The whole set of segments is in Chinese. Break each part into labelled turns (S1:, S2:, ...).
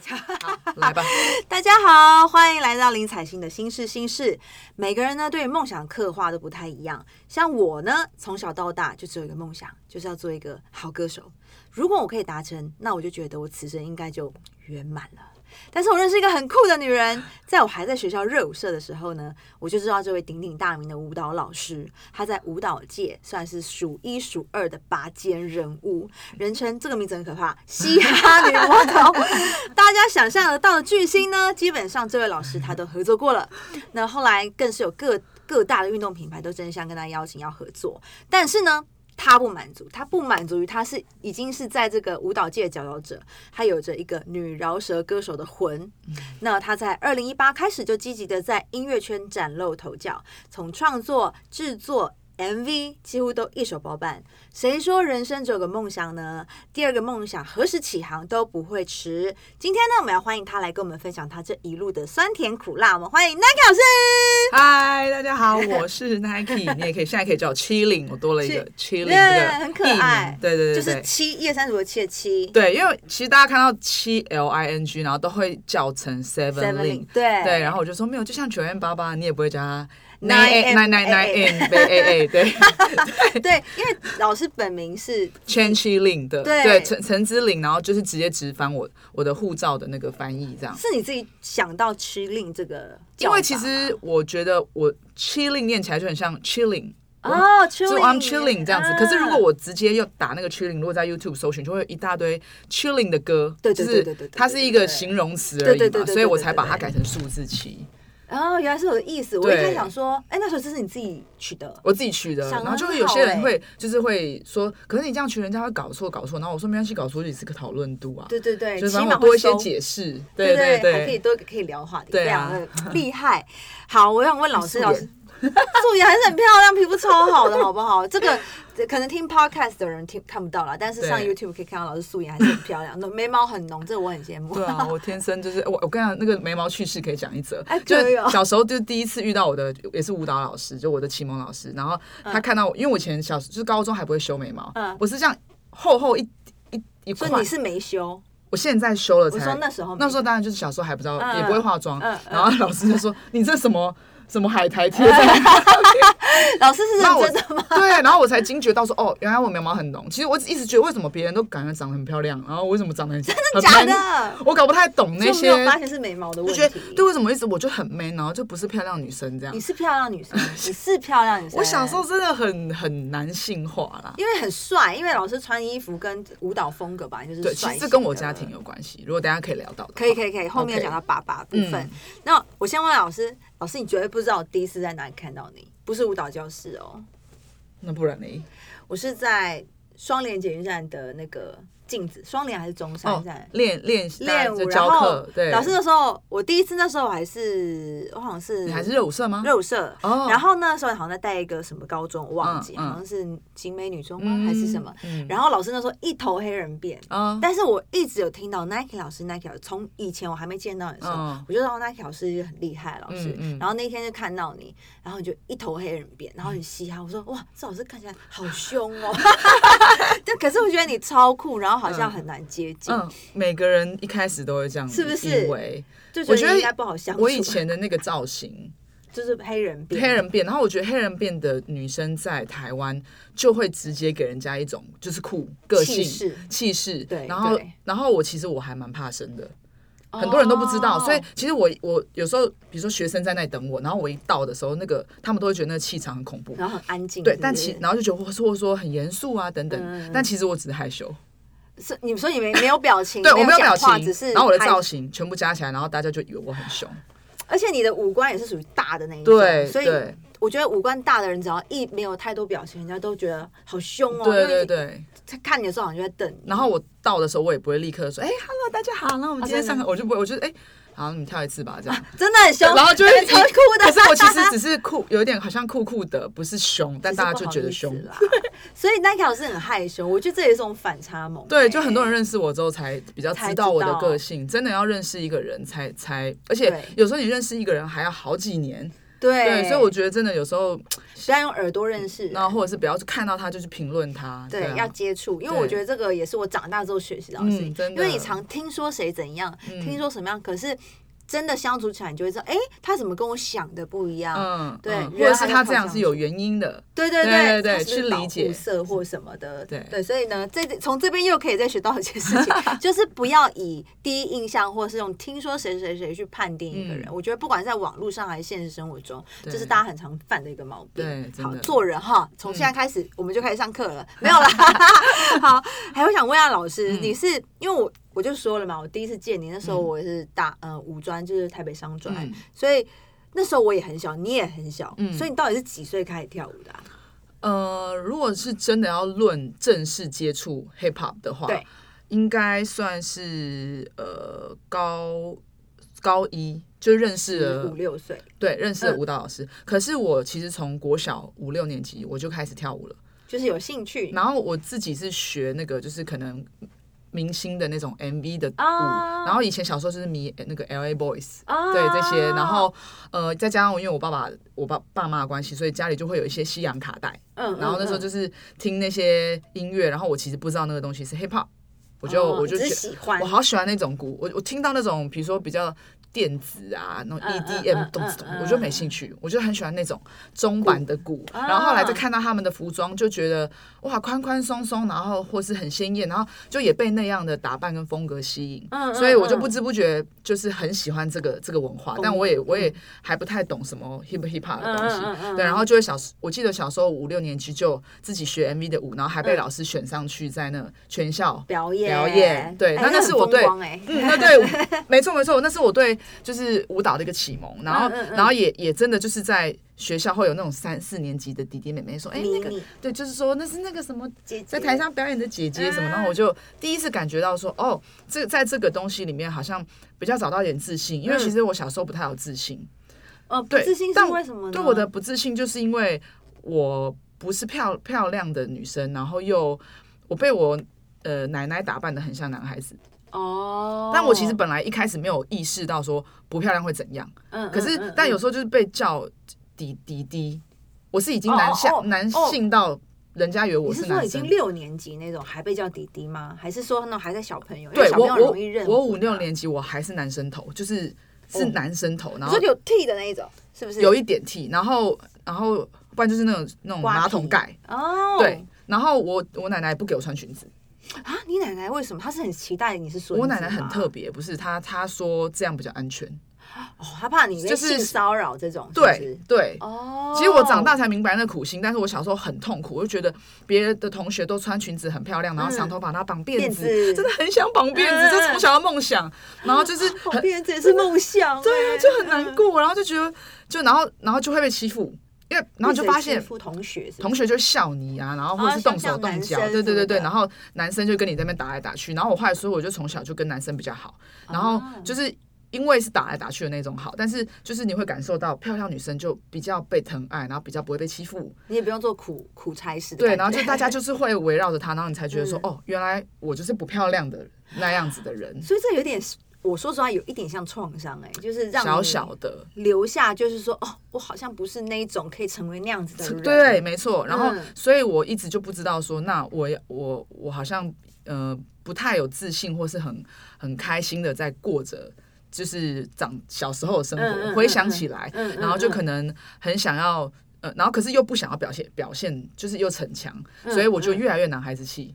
S1: 下。
S2: 来吧，
S1: 大家好，欢迎来到林采欣的心事心事。每个人呢，对于梦想刻画都不太一样。像我呢，从小到大就只有一个梦想，就是要做一个好歌手。如果我可以达成，那我就觉得我此生应该就圆满了。但是我认识一个很酷的女人，在我还在学校热舞社的时候呢，我就知道这位鼎鼎大名的舞蹈老师，她在舞蹈界算是数一数二的拔尖人物，人称这个名字很可怕——嘻哈女魔头。大家想象得到的巨星呢，基本上这位老师她都合作过了。那后来更是有各各大的运动品牌都争相跟她邀请要合作，但是呢。她不满足，她不满足于她是已经是在这个舞蹈界的佼佼者，她有着一个女饶舌歌手的魂。那她在二零一八开始就积极的在音乐圈崭露头角，从创作、制作。MV 几乎都一手包办，谁说人生只有个梦想呢？第二个梦想何时起航都不会迟。今天呢，我们要欢迎她来跟我们分享她这一路的酸甜苦辣。我们欢迎 Nike 老师。
S2: 嗨，大家好，我是 Nike，你 也可以现在可以叫我 Chilling，我多了一个 Chilling 这个
S1: 很可
S2: 艺名
S1: 爱
S2: 对对
S1: 就
S2: 对
S1: 是
S2: 对。
S1: 七一二三五七的七
S2: 对，因为其实大家看到七 L I N G，然后都会叫成 Seven
S1: Seven
S2: Link，
S1: Link，对
S2: 对，然后我就说没有，就像九 N 八八，你也不会叫他
S1: 9M
S2: nine nine nine nine A A A，对
S1: 对，因为老师本名是
S2: ，Chen Chilling 的，
S1: 对
S2: 对，陈陈之琳，然后就是直接直翻我我的护照的那个翻译这样。
S1: 是你自己想到“吃令”这个叫法
S2: 因
S1: 吗，
S2: 为其实我觉得我 chilling 念起来就很像 chilling，
S1: 哦，
S2: 就
S1: 就是
S2: I'm chilling 这样子。
S1: 啊
S2: 可是如果我直接又打那个 chilling，如果在 YouTube 搜寻，就会有一大堆 chilling 的歌，
S1: 对
S2: 就
S1: 对
S2: 是
S1: 对对对对
S2: 它是一个形容词而
S1: 对
S2: 已
S1: 对对
S2: 嘛，
S1: 对对
S2: 所以我才把它改成数字七，
S1: 哦，原来是我的意思。我一开
S2: 对
S1: 始想说，哎，那时候这是你自己取的，
S2: 我自己取的。
S1: 想得
S2: 然后就会
S1: 很
S2: 有
S1: 好
S2: 些人
S1: 欸
S2: 会就是会说，可是你这样取人家会搞错搞错。然后我说没关系，搞错也是个讨论度啊，
S1: 对对对，
S2: 就是
S1: 起
S2: 反正
S1: 码
S2: 我多
S1: 会
S2: 一些
S1: 收
S2: 解释，
S1: 对
S2: 对
S1: 还可以
S2: 对，
S1: 多可以聊话题，
S2: 对
S1: 非
S2: 啊
S1: 常的 厉害。好，我想问老师，
S2: 素颜
S1: 老师 素颜还是很漂亮，皮肤超好的，好不好？这个这可能听 podcast 的人听看不到啦，但是上
S2: 对
S1: YouTube 可以看到老师素颜还是很漂亮， 那眉毛很浓，这我很羡慕。
S2: 对啊，我天生就是我，我跟你讲，那个眉毛趣事可以讲一则。
S1: 哎
S2: 就
S1: 可以哦
S2: 小时候就第一次遇到我的，也是舞蹈老师，就我的启蒙老师。然后他看到我，因为我以前小就是高中还不会修眉毛，
S1: 嗯
S2: 我是这样厚厚一一一
S1: 所
S2: 块
S1: 以。你是没修，
S2: 我现在修了才。
S1: 我说那时候没
S2: 那时候当然就是小时候还不知道，
S1: 嗯
S2: 也不会化妆。
S1: 嗯嗯
S2: 然后老师 就说：“你这什么什么海苔贴在那
S1: 老师是
S2: 那
S1: 认
S2: 我
S1: 真的吗？
S2: 对，然后我才惊觉到说，哦，原来我眉毛很浓。其实我一直觉得，为什么别人都感觉长得很漂亮，然后我为什么长得很真的
S1: 假的？
S2: 我搞不太懂那
S1: 就没
S2: 些。
S1: 有发现是眉毛的
S2: 就
S1: 问
S2: 觉
S1: 题
S2: 得。对，为什么一直我就很 man，然后就不是漂亮女生这样
S1: 你。是漂亮女生， 你是漂亮女生。
S2: 我小时候真的很很男性化啦，
S1: 因为很帅，因为老师穿衣服跟舞蹈风格吧，就是
S2: 对，其
S1: 帅
S2: 实
S1: 气
S2: 这跟我
S1: 的
S2: 家庭有关系。如果大家可以聊到的话，
S1: 可以可以可以，后面有讲到爸爸部分。
S2: 嗯
S1: 那我先问老师，老师你绝对不知道我第一次在哪里看到你，不是舞蹈教室哦，
S2: 那不然呢？
S1: 我是在双联捷运站的那个镜子，双联还是中山
S2: 哦
S1: 站？，
S2: 练练
S1: 练
S2: 大家
S1: 舞，
S2: 就
S1: 然
S2: 教
S1: 后
S2: 课，对，
S1: 老师那时候，我第一次那时候我还是我好像是
S2: 你还是热舞社吗？
S1: 热舞社，
S2: 哦
S1: 然后那时候好像在带一个什么高中，我忘记，
S2: 嗯嗯
S1: 好像是景美女中吗、
S2: 嗯
S1: 还是什么？
S2: 嗯
S1: 然后老师那时候一头黑人辫，
S2: 啊，
S1: 但是我一直有听到 Nike 老师，Nike 老师从以前我还没见到你的时候，
S2: 嗯
S1: 我就知道 Nike 老师是很厉害的老师。
S2: 嗯嗯嗯
S1: 然后那天就看到你，然后你就一头黑人辫，然后很嘻哈，我说哇，这老师看起来好凶哦。 但可是我觉得你超酷，然后好像很难接近，
S2: 嗯，每个人一开始都会这样，
S1: 是不是
S2: 以为
S1: 就觉
S2: 我觉
S1: 得
S2: 得
S1: 你应该不好相处。
S2: 我以前的那个造型，
S1: 就是黑人辫，
S2: 黑人变，然后我觉得黑人变的女生在台湾就会直接给人家一种就是酷个
S1: 气
S2: 性
S1: 势
S2: 气势，
S1: 对
S2: 然后
S1: 对
S2: 然后我其实我还蛮怕生的，
S1: 哦
S2: 很多人都不知道，所以其实我我有时候比如说学生在那里等我，然后我一到的时候，那个他们都会觉得那个气场很恐怖。
S1: 然后很安静。
S2: 对
S1: 是，不
S2: 但
S1: 是
S2: 其然后就觉得或或说很严肃啊等等，
S1: 嗯
S2: 但其实我只是害羞，
S1: 是你说你没嗯没有表情，
S2: 对我没有
S1: 讲
S2: 表
S1: 话
S2: 情
S1: 只是，
S2: 然后我的
S1: 拍
S2: 造型全部加起来，然后大家就以为我很凶，
S1: 而且你的五官也是属于大的那一种，
S2: 对
S1: 所以
S2: 对
S1: 我觉得五官大的人，只要一没有太多表情，人家都觉得好凶哦。
S2: 对对
S1: 因为
S2: 对。
S1: 他看你的时候好像就在瞪你。
S2: 然后我到的时候，我也不会立刻说，哎、h e l l o 大家好，那我们今天上课，
S1: 真
S2: 我就不会，我就哎、好，你们跳一次吧，这样。
S1: 真的很凶，
S2: 然后就
S1: 感
S2: 会
S1: 觉超酷哦的。
S2: 可是我其 实只是酷，有一点好像酷酷的，不是凶，但
S1: 只是
S2: 大家就觉得
S1: 不
S2: 凶
S1: 好意。思啦。所以 Nike 老师很害羞，我觉得这也是一种反差萌。
S2: 对，就很多人认识我之后才比较知道我的个性。真的要认识一个人才才，而且
S1: 对
S2: 有时候你认识一个人还要好几年
S1: 对
S2: 对，所以我觉得真的有时候，
S1: 不要用耳朵认识人
S2: 然后或者是不要去看到他就去评论他，
S1: 对，
S2: 啊
S1: 要接触，因为我觉得这个也是我长大之后学习到的事情
S2: 嗯。真
S1: 因
S2: 的嗯
S1: 为你常听说谁怎样，听说什么样，可是真的相处起来，你就会知道，哎，他怎么跟我想的不一样？
S2: 嗯，
S1: 对
S2: 嗯或
S1: 原来他
S2: 者是
S1: 是
S2: 他
S1: 靠
S2: 这样
S1: 这
S2: 是
S1: 样
S2: 有原因的，
S1: 对对
S2: 对对对
S1: 他是不是
S2: 去理
S1: 保护
S2: 解
S1: 色或什么的，
S2: 对
S1: 对，所以呢，这从这边又可以再学到一件事 情，就是不要以第一印象或是用听说谁谁谁去判定一个人。
S2: 嗯
S1: 我觉得不管在网络上还是现实生活中，这
S2: 对
S1: 是大家很常犯的一个毛病。
S2: 对真
S1: 好，
S2: 的嗯
S1: 做人哈，从现在开始我们就开始上课了，没有啦。 好，还有想问一下老师，
S2: 嗯
S1: 你是因为我我就说了嘛，我第一次见你那时候我是大呃五专，就是台北商专，
S2: 嗯
S1: 所以。那时候我也很小，你也很小，
S2: 嗯
S1: 所以你到底是几岁开始跳舞的啊、
S2: 呃，如果是真的要论正式接触 hip hop 的话，
S1: 对，
S2: 应该算是呃高高一就认识了
S1: 嗯五六岁，
S2: 对认识了
S1: 嗯
S2: 舞蹈老师。可是我其实从国小五六年级我就开始跳舞了，
S1: 就是有兴趣
S2: 然后我自己是学那个就是可能明星的那种 MV 的舞，
S1: 啊
S2: 然后以前小时候就是迷那个 LA Boys，
S1: 啊
S2: 对这些，然后呃，再加上我因为我爸爸我爸爸妈的关系，所以家里就会有一些西洋卡带，
S1: 嗯
S2: 然后那时候就是是听那些音乐，然后我其实不知道那个东西是 hip hop，
S1: 我
S2: 我就、我就
S1: 哦只是
S2: 觉
S1: 喜欢
S2: 我好喜欢那种鼓，我我听到那种比如说比较电子啊那种
S1: 嗯嗯
S2: EDM
S1: 嗯
S2: 咚
S1: 嗯
S2: 子咚
S1: 嗯，
S2: 我就没兴趣，我就很喜欢那种中版的鼓，
S1: 啊
S2: 然后后来再看到他们的服装，就觉得哇宽宽松松，然后或是很鲜艳，然后就也被那样的打扮跟风格吸引，
S1: 嗯嗯
S2: 所以我就不
S1: 嗯
S2: 知不觉就是很喜欢这个这个文化，
S1: 风
S2: 但我也
S1: 格
S2: 我也还不太懂什么 hip hip hop 的东西，
S1: 嗯嗯嗯嗯
S2: 对，然后就会小时，我记得小时候五六年级就自己学 MV 的舞，然后还被
S1: 嗯
S2: 老师选上去在那全校
S1: 表演
S2: 表演对
S1: 哎
S2: 那那
S1: 很
S2: 是我对
S1: 风光哎
S2: 嗯，那对，没错没错，那是我对就是舞蹈的一个启蒙，然后、
S1: 嗯嗯嗯
S2: 然后也也真的就是在学校会有那种三四年级的弟弟妹妹说，哎、
S1: 迷
S2: 那个
S1: 你
S2: 对，就是说那是那个什么
S1: 姐嗯姐
S2: 在 台上表演的姐姐什么，然后我就第一次感觉到说，哦，这在这个东西里面好像比较找到一点自信，因为
S1: 嗯
S2: 其实我小时候不太有自信，
S1: 呃不
S2: 对，
S1: 自信是
S2: 但
S1: 为什么呢？
S2: 对我的不自信，就是因为我不是漂漂亮的女生，然后又我被我呃奶奶打扮的很像男孩子，
S1: 哦，
S2: 但我其实本来一开始没有意识到说不漂亮会怎样，
S1: 嗯
S2: 可是
S1: 嗯嗯
S2: 但
S1: 嗯
S2: 有时候就是被叫弟弟弟，我是已经
S1: 哦
S2: 男
S1: 哦
S2: 性
S1: 哦
S2: 男
S1: 哦
S2: 性到人家以为
S1: 你
S2: 我
S1: 是说
S2: 男
S1: 已经
S2: 生。
S1: 六年级那种还被叫弟弟吗？还是说那种还在小朋友？因为
S2: 对
S1: 小
S2: 我
S1: 朋友
S2: 我
S1: 容易认。
S2: 我五六，年级我还是男生头，就是是
S1: 哦
S2: 男生头，然
S1: 你
S2: 后
S1: 说有 T 的那一种，是不是？
S2: 有一点剃，然后然后不然就是那种那种
S1: 瓜
S2: 马桶
S1: 皮
S2: 盖，
S1: 哦，
S2: 对，然后我我奶奶也不给我穿裙子，
S1: 啊，你奶奶为什么？她是很期待你是孙子
S2: 我奶奶很
S1: 吗
S2: 特别，不是她她说这样比较安全，
S1: 哦，她怕你被
S2: 就是
S1: 性骚扰这种，是不
S2: 对
S1: 是
S2: 对。
S1: 哦，
S2: 其实我长大才明白那苦心，但是我小时候很痛苦，我就觉得别的同学都穿裙子很漂亮，然后长头发，然后绑辫
S1: 嗯辫
S2: 子，
S1: 子
S2: 真的很想绑辫子，
S1: 嗯
S2: 这
S1: 嗯嗯
S2: 从小的梦想，然后就是
S1: 好
S2: 很
S1: 哦变，这也是梦想、
S2: 对
S1: 哎
S2: 啊，就很难过，然后就觉得就然后然后就会被欺负，因为然后就发现
S1: 欺负同学是不
S2: 同
S1: 是
S2: 学就笑你啊，然后或
S1: 哦
S2: 者是动
S1: 像
S2: 手
S1: 像男
S2: 动脚，
S1: 生
S2: 对
S1: 什么
S2: 对对对，
S1: 的
S2: 然后男生就跟你在那边打来打去，然后我后来所以我就从小就跟男生比较好，然后
S1: 啊
S2: 就是因为是打来打去的那种好，但是就是你会感受到漂亮女生就比较被疼爱，然后比较不会被欺负，
S1: 你也不用做苦苦差事的
S2: 对，
S1: 感觉，
S2: 然后就 大家就是会围绕着她，然后你才觉得说、
S1: 嗯
S2: 哦，原来我就是不漂亮的那样子的人，
S1: 所以这有点，我说实话有一点像创伤哎，就是让
S2: 小
S1: 你
S2: 小的，
S1: 留下，就是说哦，我好像不是那一种可以成为那样子的人，
S2: 对，，没错。然后，
S1: 嗯
S2: 所以我一直就不知道说，那我要我我好像呃不太有自信，或是很很开心的在过着。就是长小时候的生活，
S1: 嗯嗯嗯
S2: 回想起来，
S1: 嗯嗯
S2: 然后就可能很想要，呃，然后可是又不想要表现，表现就是又逞强，
S1: 嗯
S2: 所以我就越来越男孩子气。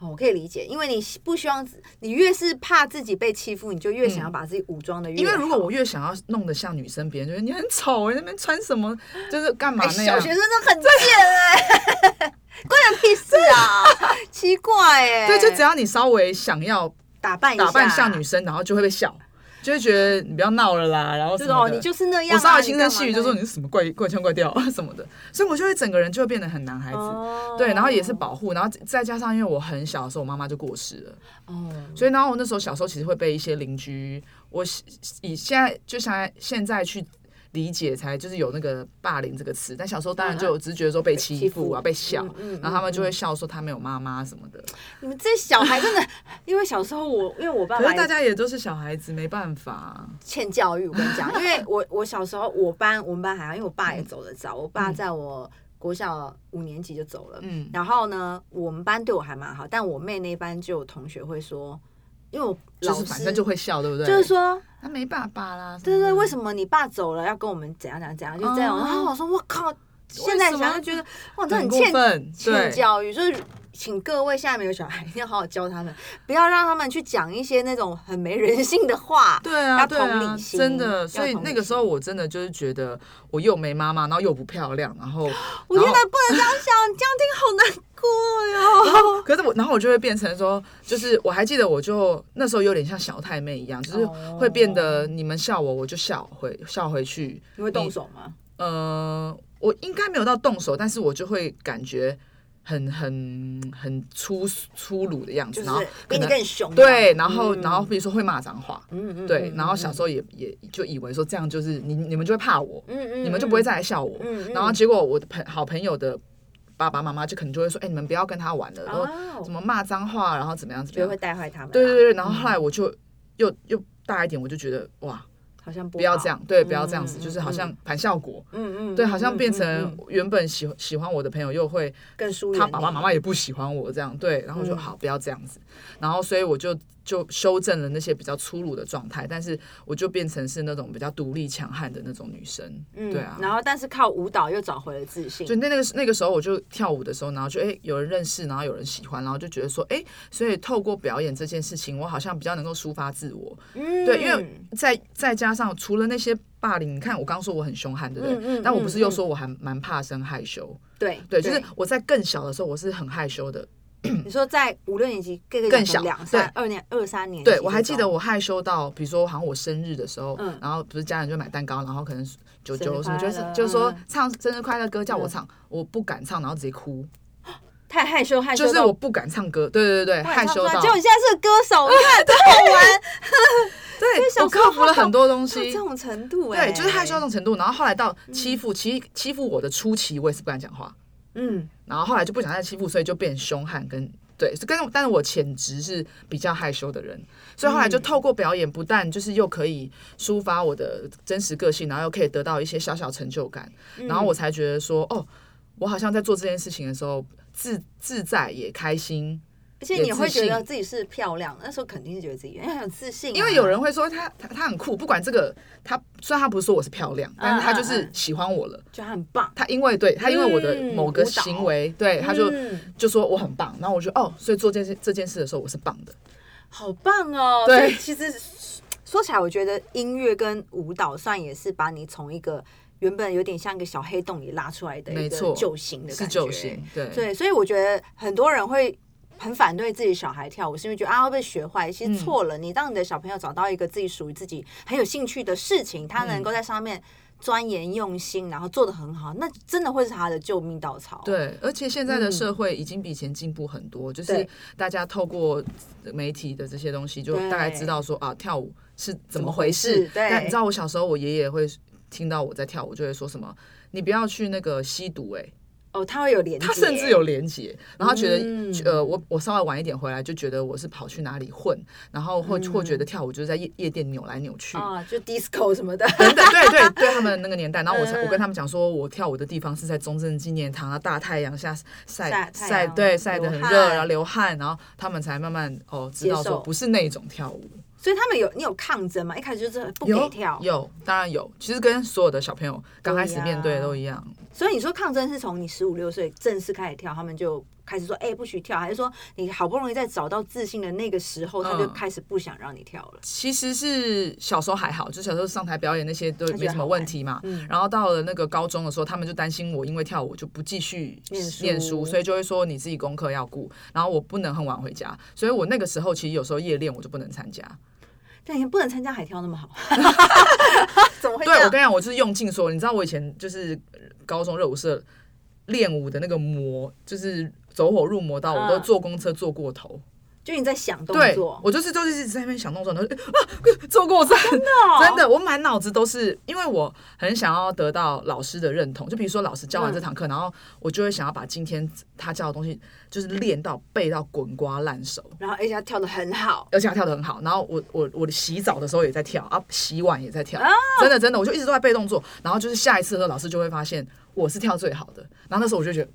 S1: 哦，我可以理解，因为你不希望自你越是怕自己被欺负，你就越想要把自己武装的越
S2: 因为如果
S1: 好
S2: 我越想要弄得像女生，别人就觉得你很丑，你那边穿什么，就是干嘛
S1: 哎、
S2: 那
S1: 小
S2: 样？
S1: 学生真的很贱哎、 关你屁事啊！ 奇怪哎、
S2: 对，就只要你稍微想要
S1: 打扮一下
S2: 打扮像女生，然后就会被笑，就会觉得你不要闹了啦，然后什
S1: 这
S2: 么的
S1: 种哦你就是那样、啊。
S2: 我稍微
S1: 你
S2: 轻
S1: 干
S2: 声
S1: 嘛
S2: 细语就
S1: 呢
S2: 说你是什么怪怪腔怪调啊什么的，所以我就会整个人就会变得很男孩子。
S1: 哦
S2: 对，然后也是保护，然后再加上因为我很小的时候，我妈妈就过世了，
S1: 哦，
S2: 所以然后我那时候小时候其实会被一些邻居，我以以现在就想现在去理解，才就是有那个霸凌这个词。但小时候当然就有直觉说被欺
S1: 欺
S2: 负啊，
S1: 负
S2: 被笑，
S1: 嗯嗯
S2: 然后他们就会笑说他没有妈妈什么的。
S1: 你们这小孩真的， 因为小时候我因为我爸
S2: 可
S1: 爸
S2: 是大家也都是小孩子，没办法。啊
S1: 欠教育，我跟你讲，因为我我小时候我班我们班还好，因为我爸也走得早，我爸在我国小五年级就走了，
S2: 嗯
S1: 然后呢，我们班对我还蛮好，但我妹那一班就有同学会说，因为我
S2: 就
S1: 老
S2: 是
S1: 师
S2: 反正就会笑，对不对？
S1: 就是说，
S2: 他没爸爸啦。
S1: 对对对，为
S2: 么
S1: 什么你爸走了要跟我们怎样怎样怎样，就这样。
S2: 哦
S1: 然后我说我靠，现在
S2: 为什么
S1: 想就觉得哇，这
S2: 很过
S1: 欠
S2: 分？
S1: 欠
S2: 对，
S1: 教育，就是请各位下面有小孩一定要好好教他们，不要让他们去讲一些那种很没人性的话。
S2: 对啊，
S1: 要
S2: 对
S1: 同
S2: 啊
S1: 理，心
S2: 真的。
S1: 要
S2: 所以
S1: 同理
S2: 那个时候
S1: 心
S2: 我真的就是觉得我又没妈妈，然后又不漂亮，然后
S1: 我原
S2: 然后
S1: 来不能这样想，这样听好难 过哟。
S2: 可是我，然后我就会变成说，就是我还记得，我就那时候有点像小太妹一样，就是
S1: 哦
S2: 会变得你们笑我，我就笑回笑回去。
S1: 你会动手吗？
S2: 呃，我应该没有到动手，但是我就会感觉很很很粗粗鲁的样
S1: 就
S2: 子，
S1: 是
S2: 然后
S1: 比
S2: 可
S1: 你
S2: 能
S1: 更凶。
S2: 对，然后
S1: 嗯
S2: 然后比如说会骂脏话，
S1: 嗯嗯
S2: 对，然后小
S1: 想
S2: 时候也也就以为说这样就是你你们就会怕我，
S1: 嗯嗯
S2: 你们就不会再来笑我。
S1: 嗯嗯
S2: 然后结果我的朋好朋友的爸爸妈妈就可能就会说，哎、你们不要跟他玩了，然后
S1: 哦
S2: 怎么骂脏话，然后怎么样怎么
S1: 觉得会
S2: 样。
S1: 带坏他们啊。
S2: 对对对，然后后来我就又又大一点，我就觉得哇，
S1: 好像不
S2: 不要
S1: 好
S2: 这。样，对，不要这样子，
S1: 嗯
S2: 就是
S1: 嗯
S2: 好像反效果。
S1: 嗯嗯，
S2: 对，好像
S1: 嗯
S2: 变
S1: 嗯
S2: 成
S1: 嗯嗯
S2: 原本喜喜欢我的朋友，又会
S1: 更疏远
S2: 他
S1: 你
S2: 爸爸妈妈也不喜欢我这样，对，然后我就
S1: 嗯
S2: 好不要这样子，然后所以我就就修正了那些比较粗鲁的状态，但是我就变成是那种比较独立强悍的那种女生，
S1: 嗯
S2: 对啊，
S1: 然后但是靠舞蹈又找回了自信
S2: 就。那那个那个时候，我就跳舞的时候，然后就哎、诶有人认识，然后有人喜欢，然后就觉得说哎、诶所以透过表演这件事情，我好像比较能够抒发自我。
S1: 嗯
S2: 对，因为再再加上除了那些霸凌，你看我刚说我很凶悍，对不对？
S1: 嗯嗯
S2: 但我不是又
S1: 嗯
S2: 说我还蛮怕生害羞，
S1: 对
S2: 对，就是我在更小的时候我是很害羞的，
S1: 你说在五六年级各个
S2: 更小
S1: 两三二年二三年级
S2: 对
S1: 这
S2: 我还记得
S1: 种
S2: 我害羞到，比如说好像我生日的时候，
S1: 嗯
S2: 然后不是家人就买蛋糕，然后可能九
S1: 生
S2: 九
S1: 日
S2: 什么，
S1: 快
S2: 就是
S1: 乐
S2: 就是说
S1: 嗯
S2: 唱生日快乐歌叫我
S1: 嗯
S2: 唱，我不敢唱，然后直接哭，
S1: 太害羞害羞
S2: 就
S1: 到，
S2: 是我不敢唱歌，对对对对，
S1: 不敢
S2: 害
S1: 唱
S2: 羞
S1: 出来
S2: 到
S1: 结，果你现在是个歌啊手，你看多好玩，
S2: 对，
S1: 小
S2: 我
S1: 时候
S2: 克服了
S1: 好嗯
S2: 很多东
S1: 到这
S2: 西。
S1: 种程度哎，
S2: 对，就是害羞到这种程度，然后后来到欺负欺欺负我的初期，我也是不敢讲话，
S1: 嗯，
S2: 然后后来就不想再欺负，所以就变凶悍跟对，是跟但是我潜质是比较害羞的人，所以后来就透过表演，不但就是又可以抒发我的真实个性，然后又可以得到一些小小成就感，
S1: 嗯
S2: 然后我才觉得说，哦，我好像在做这件事情的时候自自在也开心，
S1: 而且
S2: 也
S1: 你
S2: 自
S1: 会觉
S2: 信
S1: 得自己是漂亮，那时候肯定是觉得自己很有自信啊，
S2: 因为有人会说他他他很酷，不管这个他虽然他不是说我是漂亮，但是他就是喜欢我了，
S1: 觉得他很棒，
S2: 他因为对他因为我的
S1: 嗯
S2: 某个
S1: 舞蹈
S2: 行为，对他就。
S1: 嗯
S2: 就说我很棒，然后我就哦，所以做这件这件事的时候我是棒的，
S1: 好棒哦！
S2: 对
S1: 所以其实说起来，我觉得音乐跟舞蹈算也是把你从一个原本有点像一个小黑洞里拉出来的
S2: 没
S1: 一个
S2: 错
S1: 救星的
S2: 是
S1: 感觉。
S2: 救星，对
S1: 对，所以我觉得很多人会。很反对自己小孩跳舞，是因为觉得啊会被学坏。其
S2: 嗯
S1: 实错了，你让你的小朋友找到一个自己属于自己很有兴趣的事情，他
S2: 嗯
S1: 能够在上面钻研用心，然后做的很好，那真的会是他的救命稻草。，
S2: 对，而且现在的
S1: 嗯
S2: 社会已经比以前进步很多，就是
S1: 对
S2: 大家透过媒体的这些东西，就
S1: 对
S2: 大概知道说啊，跳舞是怎么
S1: 么
S2: 回
S1: 回事。
S2: 事
S1: 对
S2: 但你知道，我小时候我爷爷会听到我在跳舞，就会说什么。你不要去那个吸毒、欸，
S1: 哦，他会有连接，
S2: 他甚至有连结，然后他觉得、
S1: 嗯
S2: 呃，我我稍微晚一点回来，就觉得我是跑去哪里混，然后或、
S1: 嗯
S2: 或觉得跳舞就是在夜夜店扭来扭去，
S1: 啊，就 disco 什么的。
S2: 等等，对对对，他们那个年代，然后我才
S1: 嗯嗯
S2: 我跟他们讲说，我跳舞的地方是在中正纪念堂，那大太阳下晒
S1: 晒太
S2: 晒，
S1: 阳
S2: 对，晒得很
S1: 流
S2: 热，
S1: 汗
S2: 然后流汗，然后他们才慢慢哦知
S1: 接
S2: 道说
S1: 受
S2: 不是那种跳舞，
S1: 所以他们有你有抗争吗？一开始就是不给
S2: 有
S1: 跳，
S2: 有，当然有，其实跟所有的小朋友刚开
S1: 都
S2: 始
S1: 一样
S2: 面对都一样，
S1: 所以你说抗争是从你十五六岁正式开始跳，他们就开始说哎、不许跳，还是说你好不容易在找到自信的那个时候，他就
S2: 嗯
S1: 开始不想让你跳了？
S2: 其实是小时候还好，就小时候上台表演那些都
S1: 他觉得
S2: 没什么问题嘛。
S1: 好玩嗯
S2: 然后到了那个高中的时候，他们就担心我因为跳舞就不继续
S1: 念书
S2: 念书，所以就会说你自己功课要顾，然后我不能很晚回家，所以我那个时候其实有时候夜练我就不能参加。
S1: 但你不能参加海跳那么 好，怎么会
S2: 对
S1: 这
S2: 我
S1: 样？
S2: 跟你讲，我就是用尽所有。你知道我以前就是高中热舞社练舞的那个魔，就是走火入魔到我都
S1: 嗯
S2: 坐公车坐过头。
S1: 就你在想动
S2: 对
S1: 作，，
S2: 我就是就是一直在那边想动作，然后就 啊做过站，真的
S1: 哦
S2: 真的，我满脑子都是，因为我很想要得到老师的认同。就比如说老师教
S1: 嗯
S2: 完这堂课，然后我就会想要把今天他教的东西就是练到背到滚瓜烂熟。
S1: 然后而且他跳的很好，
S2: 而且他跳得很好，然后我我我洗澡的时候也在跳啊，洗碗也在跳，
S1: 啊
S2: 真的真的，我就一直都在背动作，然后就是下一次的时候老师就会发现我是跳最好的，然后那时候我就觉得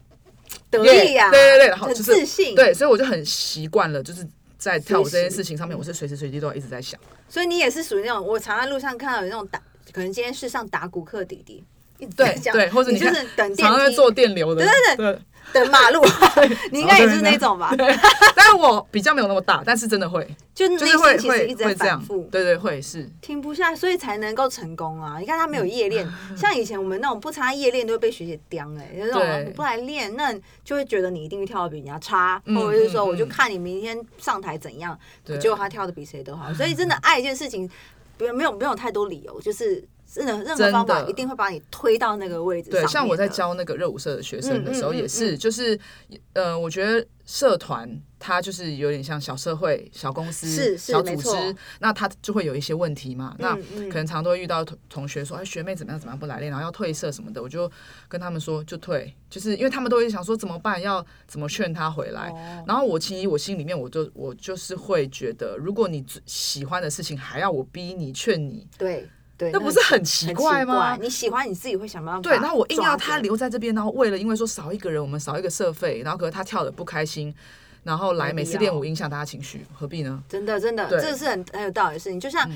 S1: 得意呀、
S2: 对对对然后
S1: 啊很
S2: 就是
S1: 自信，，
S2: 对，所以我就很习惯了，就是在跳舞这件
S1: 随时
S2: 事情上面，我是随时随地都要一直在想。
S1: 所以你也是属于那种，我常在路上看到有那种打，可能今天是上打骨课弟弟，一直在
S2: 对
S1: 讲
S2: 对，或者
S1: 你就
S2: 看
S1: 是等电
S2: 常常会
S1: 梯、
S2: 坐电流的，
S1: 对
S2: 对对。
S1: 等马路，你应该也是那种吧？
S2: 但我比较没有那么大，但是真的会，
S1: 就内
S2: 就是会
S1: 心其实一直
S2: 会
S1: 在
S2: 会这
S1: 反
S2: 样
S1: 复，，
S2: 对对会是，
S1: 停不下来，所以才能够成功啊！你看他没有夜 练，像以前我们那种不参加夜练都会被学姐刁哎、欸，就是那种
S2: 对
S1: 我不来练，那就会觉得你一定会跳的比人家差，
S2: 嗯
S1: 或者是说
S2: 嗯
S1: 我就
S2: 嗯
S1: 看你明天上台怎样，
S2: 对
S1: 结果他跳的比谁都 好，所以真的爱一件事情，不没有没有太多理由，就是真的任何
S2: 真
S1: 方法
S2: 的
S1: 一定会把你推到那个位置上
S2: 对，
S1: 面
S2: 像我在
S1: 的
S2: 教那个热舞社的学
S1: 嗯
S2: 生的时候
S1: 嗯嗯
S2: 也是，就是呃，我觉得社团它就是有点像小社会、小公司、
S1: 是是
S2: 小
S1: 没
S2: 组
S1: 错
S2: 织，那它就会有一些问题嘛。那
S1: 嗯嗯
S2: 可能常都会遇到同同学说，哎，学妹怎么样怎么样不来练，然后要退社什么的，我就跟他们说就退，就是因为他们都会想说怎么办，要怎么劝她回来。
S1: 哦
S2: 然后我其实我心里面我就我就是会觉得，如果你最喜欢的事情还要我逼你劝你，
S1: 对对，
S2: 那不是很奇
S1: 很
S2: 怪吗？
S1: 你喜欢你自己会想办法
S2: 对，然后我硬要他
S1: 抓着
S2: 留在这边，然后为了因为说少一个人，我们少一个社费，然后可是他跳的不开心，然后来每次练舞影响大家情绪，何必呢？
S1: 真的，真的，
S2: 对嗯
S1: 这是很很有道理的事情。就像，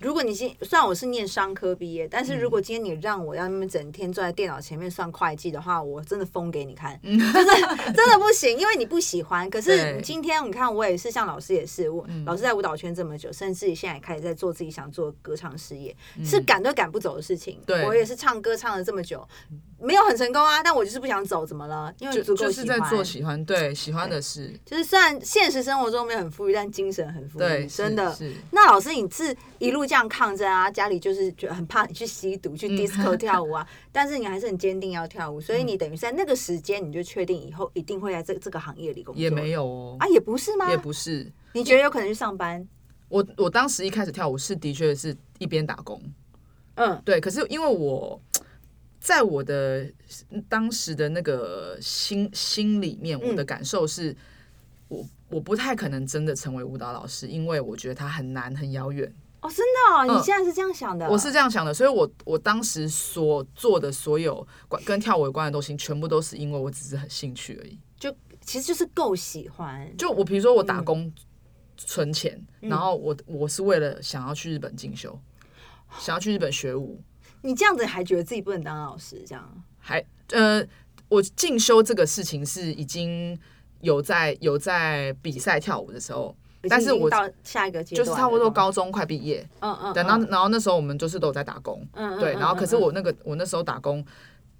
S1: 如果你今虽然我是念商科毕业，但是如果
S2: 嗯
S1: 今天你让我要那么整天坐在电脑前面算会计的话，我真的疯给你看，就是 真的不行，因为你不喜欢。可是
S2: 嗯对嗯
S1: 今天你看，我也是像老师也是，我老师在舞蹈圈这么久，甚至现在也开始在做自己想做的歌唱事业，是赶都赶不走的事情。
S2: 嗯对
S1: 我也是唱歌唱了这么久，没有很成功啊，但我就是不想走，怎么了？因为
S2: 就
S1: 足够
S2: 就
S1: 喜
S2: 是
S1: 欢。
S2: 在做喜欢对喜欢的事，
S1: 就是虽然现实生活中没有很富裕，但精神很富裕，
S2: 对，
S1: 嗯真的。
S2: 是是
S1: 那老师，你是一路这样抗争啊，家里就是觉得很怕你去吸毒、
S2: 嗯
S1: 去 disco 跳舞啊，但是你还是很坚定要跳舞，所以你等于在那个时间你就确定以后一定会在这这个行业里工作。
S2: 也没有哦，
S1: 啊，也不是吗？
S2: 也不是。
S1: 你觉得有可能去上班？
S2: 我我当时一开始跳舞是的确是一边打工，
S1: 嗯，
S2: 对，可是因为我在我的当时的那个心心里面，我的感受是，我我不太可能真的成为舞蹈老师，因为我觉得它很难很遥远。
S1: 哦，真的、哦，
S2: 嗯
S1: 你现在是这样想的？
S2: 我是这样想的，所以我我当时所做的所有关跟跳舞有关的东西，全部都是因为我只是很兴趣而已。
S1: 就其实就是够喜欢，
S2: 就我比如说我打
S1: 嗯
S2: 工存钱，然后我我是为了想要去日本进修，想要去日本学舞，
S1: 你这样子还觉得自己不能当老师，这样
S2: 还呃，我进修这个事情是已经有在有在比赛跳舞的时候，但是
S1: 已经
S2: 我
S1: 到下一个阶
S2: 就
S1: 段
S2: 是
S1: 了
S2: 差不多，高中快毕业，
S1: 嗯嗯，
S2: 等到然后那时候我们就是都有在打工，
S1: 嗯，嗯
S2: 对，
S1: 嗯
S2: 然后可是
S1: 嗯
S2: 我那个我那时候打工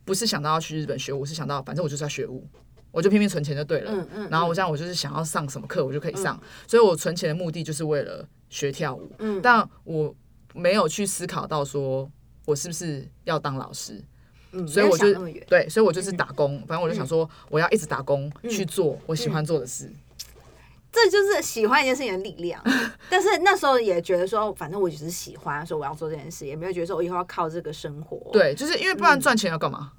S2: 不是想到要去日本学舞，是想到反正我就是要学舞。我就拼命存钱就对了，
S1: 嗯嗯
S2: 然后我这样我就是想要上什么课我就可以上，所以我存钱的目的就是为了学跳舞，
S1: 嗯
S2: 但我没有去思考到说我是不是要当老师，
S1: 嗯
S2: 所以
S1: 没有
S2: 我就
S1: 想那么远嗯
S2: 对，所以我就是打工，反正我就想说，我要一直打工、去做我喜
S1: 嗯
S2: 欢做的事。
S1: 这就是喜欢一件事情的力 量。但是那时候也觉得说，反正我只是喜欢，说我要做这件事，也没有觉得说我以后要靠这个生活。
S2: 对，就是因为
S1: 嗯
S2: 不然赚钱要干嘛？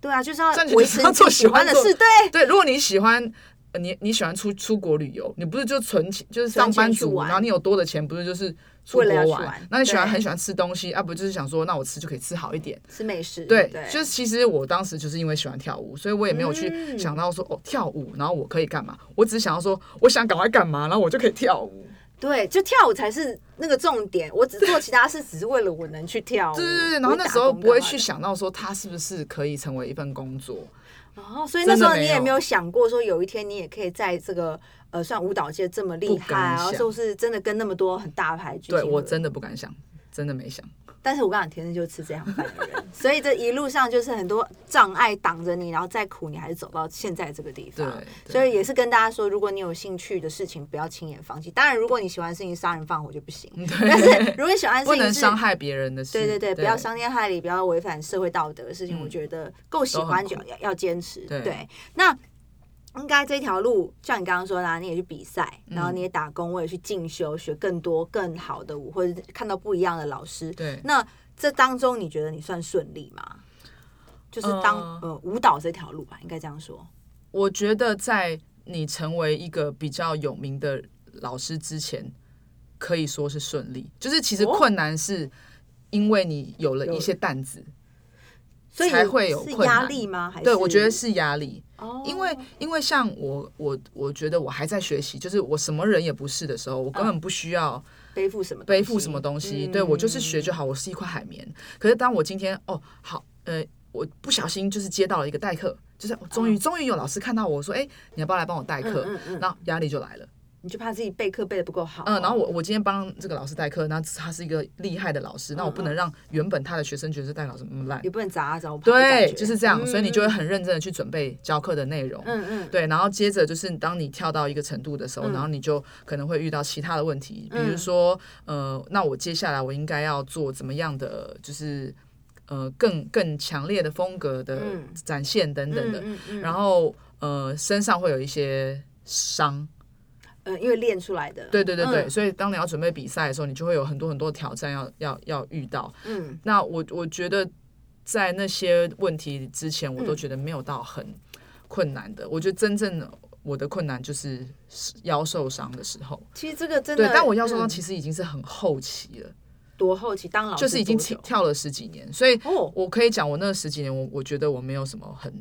S1: 对啊，就是要
S2: 赚钱
S1: 维
S2: 就
S1: 持
S2: 是
S1: 你
S2: 要
S1: 自己
S2: 做
S1: 喜
S2: 喜
S1: 欢
S2: 欢
S1: 的
S2: 做
S1: 事。对，
S2: 对，如果你喜欢。呃你你喜欢出出国旅游，你不是就存钱，就是
S1: 存
S2: 上班
S1: 钱去
S2: 族，
S1: 玩
S2: 然后你有多的钱，不是就是出
S1: 为了
S2: 国
S1: 要去玩
S2: 玩？那你喜欢
S1: 对
S2: 很喜欢吃东西啊，不就是想说，那我吃就可以吃好一点？
S1: 吃美食。
S2: 对，
S1: 对，
S2: 就是其实我当时就是因为喜欢跳舞，所以我也没有
S1: 嗯
S2: 去想到说、哦跳舞，然后我可以干嘛？我只是想要说，我想赶快干嘛，然后我就可以跳舞。
S1: 对，就跳舞才是那个重点。我只做其他事，只是为了我能去跳舞。
S2: 对对对，然
S1: 我
S2: 后
S1: 打
S2: 那时候
S1: 工
S2: 不会
S1: 干嘛
S2: 去想到说它是不是可以成为一份工作，
S1: 的。哦，所以那
S2: 真的
S1: 时候
S2: 没
S1: 你也
S2: 有
S1: 没有想过说有一天你也可以在这个呃，算舞蹈界这么厉
S2: 不
S1: 害
S2: 敢
S1: 啊，然后
S2: 想
S1: 就是真的跟那么多很大牌巨星
S2: 对
S1: 合作。
S2: 我真的不敢想，真的没想。
S1: 但是我跟你讲天生就是吃这样饭的人，所以这一路上就是很多障碍挡着你，然后再苦你还是走到现在这个地
S2: 对
S1: 方。，
S2: 对
S1: 所以也是跟大家说，如果你有兴趣的事情，不要轻言放弃。当然，如果你喜欢的事情杀人放火就不行，但是如果你喜欢的
S2: 嗯不
S1: 事情
S2: 能
S1: 是
S2: 伤害别人的事，
S1: 对对对，不要。伤天害理，不要违反社会道德的事情，我觉得够喜欢就
S2: 嗯都
S1: 要要坚持。
S2: 对
S1: 对，那应该这条路，像你刚刚说的、啊，你也去比赛，然后你也打工，我也去进修，学更多更好的舞，或者是看到不一样的老师。
S2: 对，
S1: 那这当中，你觉得你算顺利吗？就是当
S2: 呃
S1: 呃舞蹈这条路吧，应该这样说。
S2: 我觉得在你成为一个比较有名的老师之前，可以说是顺利，就是其实
S1: 哦
S2: 困难是因为你有了
S1: 有
S2: 一些担子，
S1: 所以
S2: 才会有
S1: 是
S2: 困
S1: 压
S2: 难
S1: 力吗？还是
S2: 对我觉得是压力。
S1: 哦，
S2: 因为因为像我我我觉得我还在学习，就是我什么人也不是的时候，我根本不需要
S1: 背负什么
S2: 背负什么
S1: 东
S2: 东
S1: 哦
S2: 西，
S1: 嗯
S2: 对我就是学就好，我是一块海绵。可是当我今天哦好呃，我不小心就是接到了一个代课，就是哦终于、终于有老师看到我说，哎、你要不要来帮我代
S1: 西
S2: 课？
S1: 嗯嗯嗯，
S2: 然后压力就来了，
S1: 你就怕自己备课备的不够好。
S2: 嗯，然后我我今天帮这个老师代课，那他是一个厉害的老师，那
S1: 嗯
S2: 我不能让原本他的学生觉得这代老师那么烂
S1: 哦也，不能砸招牌。
S2: 对，就是这样，所以你就会
S1: 会
S2: 很认真的去准备教课的内容，
S1: 嗯嗯
S2: 对，然后接着就是当你跳到一个程度的时候，
S1: 嗯
S2: 然后你就可能会遇到其他的问题，比如
S1: 嗯
S2: 说，呃，那我接下来我应该要做怎么样的，就是呃更更强烈的风格的
S1: 嗯
S2: 展现等等的，
S1: 嗯嗯嗯
S2: 然后呃身上会有一些伤，
S1: 嗯，因为练出来的。
S2: 对对对对，
S1: 嗯
S2: 所以当你要准备比赛的时候，你就会有很多很多挑战要要要遇到。
S1: 嗯，
S2: 那我我觉得在那些问题之前，我都
S1: 嗯
S2: 觉得没有到很困难的。我觉得真正我的困难就是腰受伤的时候，
S1: 其实这个真的，
S2: 对，但我腰受伤
S1: 嗯哦
S2: 其实已经是很后期了，
S1: 多后期当老师
S2: 就是已经
S1: 多
S2: 跳
S1: 久
S2: 跳了十几年，所以
S1: 哦，
S2: 我可以讲我那十几年，我我觉得我没有什么很，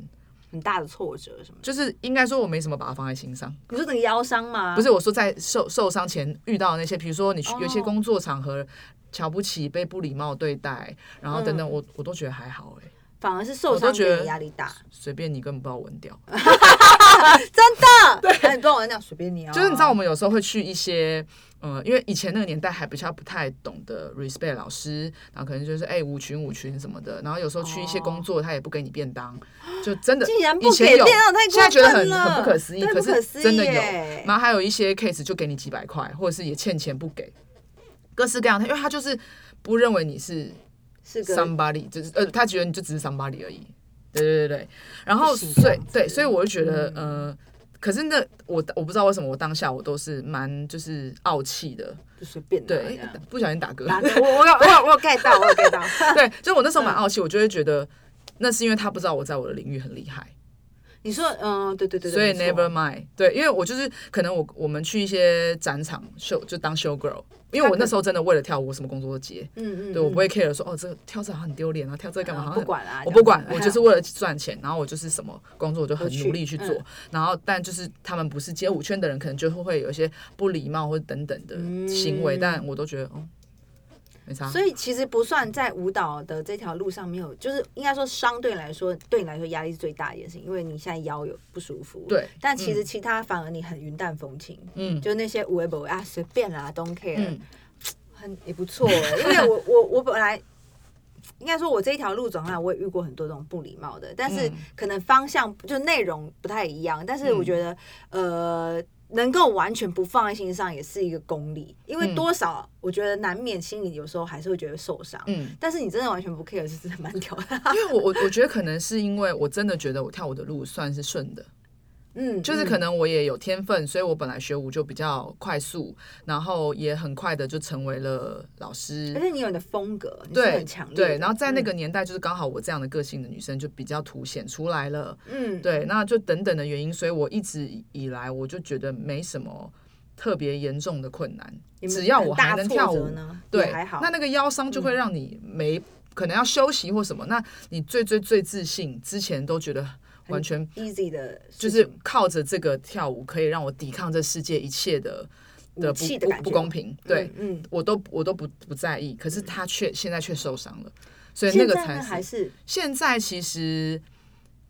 S1: 很大的挫折什么的。
S2: 就是应该说我没什么把它放在心上。
S1: 你说那个腰伤吗？
S2: 不是我说在受受伤前遇到的那些，比如说你去
S1: 哦
S2: 有些工作场合瞧不起、被不礼貌对待，然后等等，我我都觉得还好哎、
S1: 反而是受
S2: 我
S1: 伤
S2: 都
S1: 给
S2: 觉得
S1: 你压力大，
S2: 随便你根本不知道文掉。
S1: 真的。对，那你不让我讲，随便你啊。
S2: 就是你知道，我们有时候会去一些，呃，因为以前那个年代还比较不太懂得 respect 老师，然后可能就是哎、舞群舞群什么的，然后有时候去一些工作，他也不给你便当，就真的
S1: 哦竟然不
S2: 以前
S1: 给
S2: 有
S1: 便当太
S2: 现在觉得
S1: 过分
S2: 很很
S1: 了
S2: 不可思议，
S1: 对
S2: 可
S1: 不可
S2: 是
S1: 思
S2: 真的
S1: 议
S2: 有
S1: 耶。
S2: 然后还有一些 case 就给你几百块，或者是也欠钱不给，各式各样的，因为他就是不认为你是
S1: 是个
S2: somebody，就是呃，他觉得你就只是 somebody 而已。对对对对，然后
S1: 不行这
S2: 所以
S1: 样子嗯
S2: 对，所以我就觉得，呃，可是那我我不知道为什么我当下我都是蛮就是傲气的，
S1: 就随便的
S2: 对
S1: 这样。，
S2: 不小心打嗝，
S1: 啊打嗝嗯我 我有我有我有 get 到，我有 get 到。
S2: 对，就是我那时候蛮傲气，我就会觉得那是因为他不知道我在我的领域很厉害，
S1: 你说，嗯，对对对，对
S2: 所以
S1: 没错
S2: never mind。对，因为我就是可能我我们去一些展场秀就当 show girl，因为我那时候真的为了跳舞，我什么工作都接，
S1: 嗯嗯，
S2: 对我不
S1: 会
S2: 会 care 说哦这个跳这好像很丢脸啊，跳这个干嘛好像
S1: 不
S2: 很
S1: 管啦，
S2: 我不管
S1: 这，样
S2: 我
S1: 子
S2: 就是为了赚钱，然后我就是什么工作我就很
S1: 我去
S2: 努力去做，
S1: 嗯
S2: 然后但就是他们不是街舞圈的人，可能就会有一些不礼貌或者等等的行为，
S1: 嗯
S2: 但我都觉得哦，没差。
S1: 所以其实不算在舞蹈的这条路上没有，就是应该说相对来说，对你来说压力是最大的一件事情，因为你现在腰有不舒服。。
S2: 对，
S1: 但其实其他反而你很云淡风轻，
S2: 嗯
S1: 就那些无微不微啊，随便啦，don't care，、
S2: 嗯
S1: 很也不错、欸。因为我我我本来应该说，我这一条路走上来，我也遇过很多这种不礼貌的，但是
S2: 嗯
S1: 可能方向就内容不太一样，但是我觉得、呃。能够完全不放在心上，也是一个功力，因为
S2: 嗯
S1: 多少我觉得难免心里有时候还是会觉得受伤。
S2: 嗯，
S1: 但是你真的完全不 care，是真的蛮屌 的。
S2: 因为我我我觉得可能是因为我真的觉得我跳舞的路算是顺的，
S1: 嗯，
S2: 就是
S1: 嗯
S2: 可能我也有天分，所以我本来学舞就比较快速，然后也很快的就成为了老师，
S1: 而且你有你的风格，你是
S2: 对
S1: 很强烈的嗯
S2: 对，然后在那个年代，就是刚好我这样的个性的女生就比较凸显出来了。
S1: 嗯，
S2: 对，那就等等的原因，所以我一直以来我就觉得没什么特别严重的困难，
S1: 你们
S2: 只要我
S1: 很大
S2: 还能跳
S1: 挫
S2: 舞
S1: 折，呢，
S2: 对
S1: 也，还好。嗯
S2: 那那个腰伤就会让你没、可能要休息或什么，那你最最最自信之前都觉得完全
S1: easy 的事情，
S2: 就是靠着这个跳舞可以让我抵抗这世界一切的的
S1: 武
S2: 不
S1: 器的
S2: 不
S1: 感
S2: 不
S1: 觉
S2: 公平，对。
S1: 嗯，嗯
S2: 我都我都不不在意，可是他却现在却受伤了，所以那
S1: 现
S2: 个
S1: 在
S2: 才
S1: 呢
S2: 是
S1: 还是
S2: 现在其实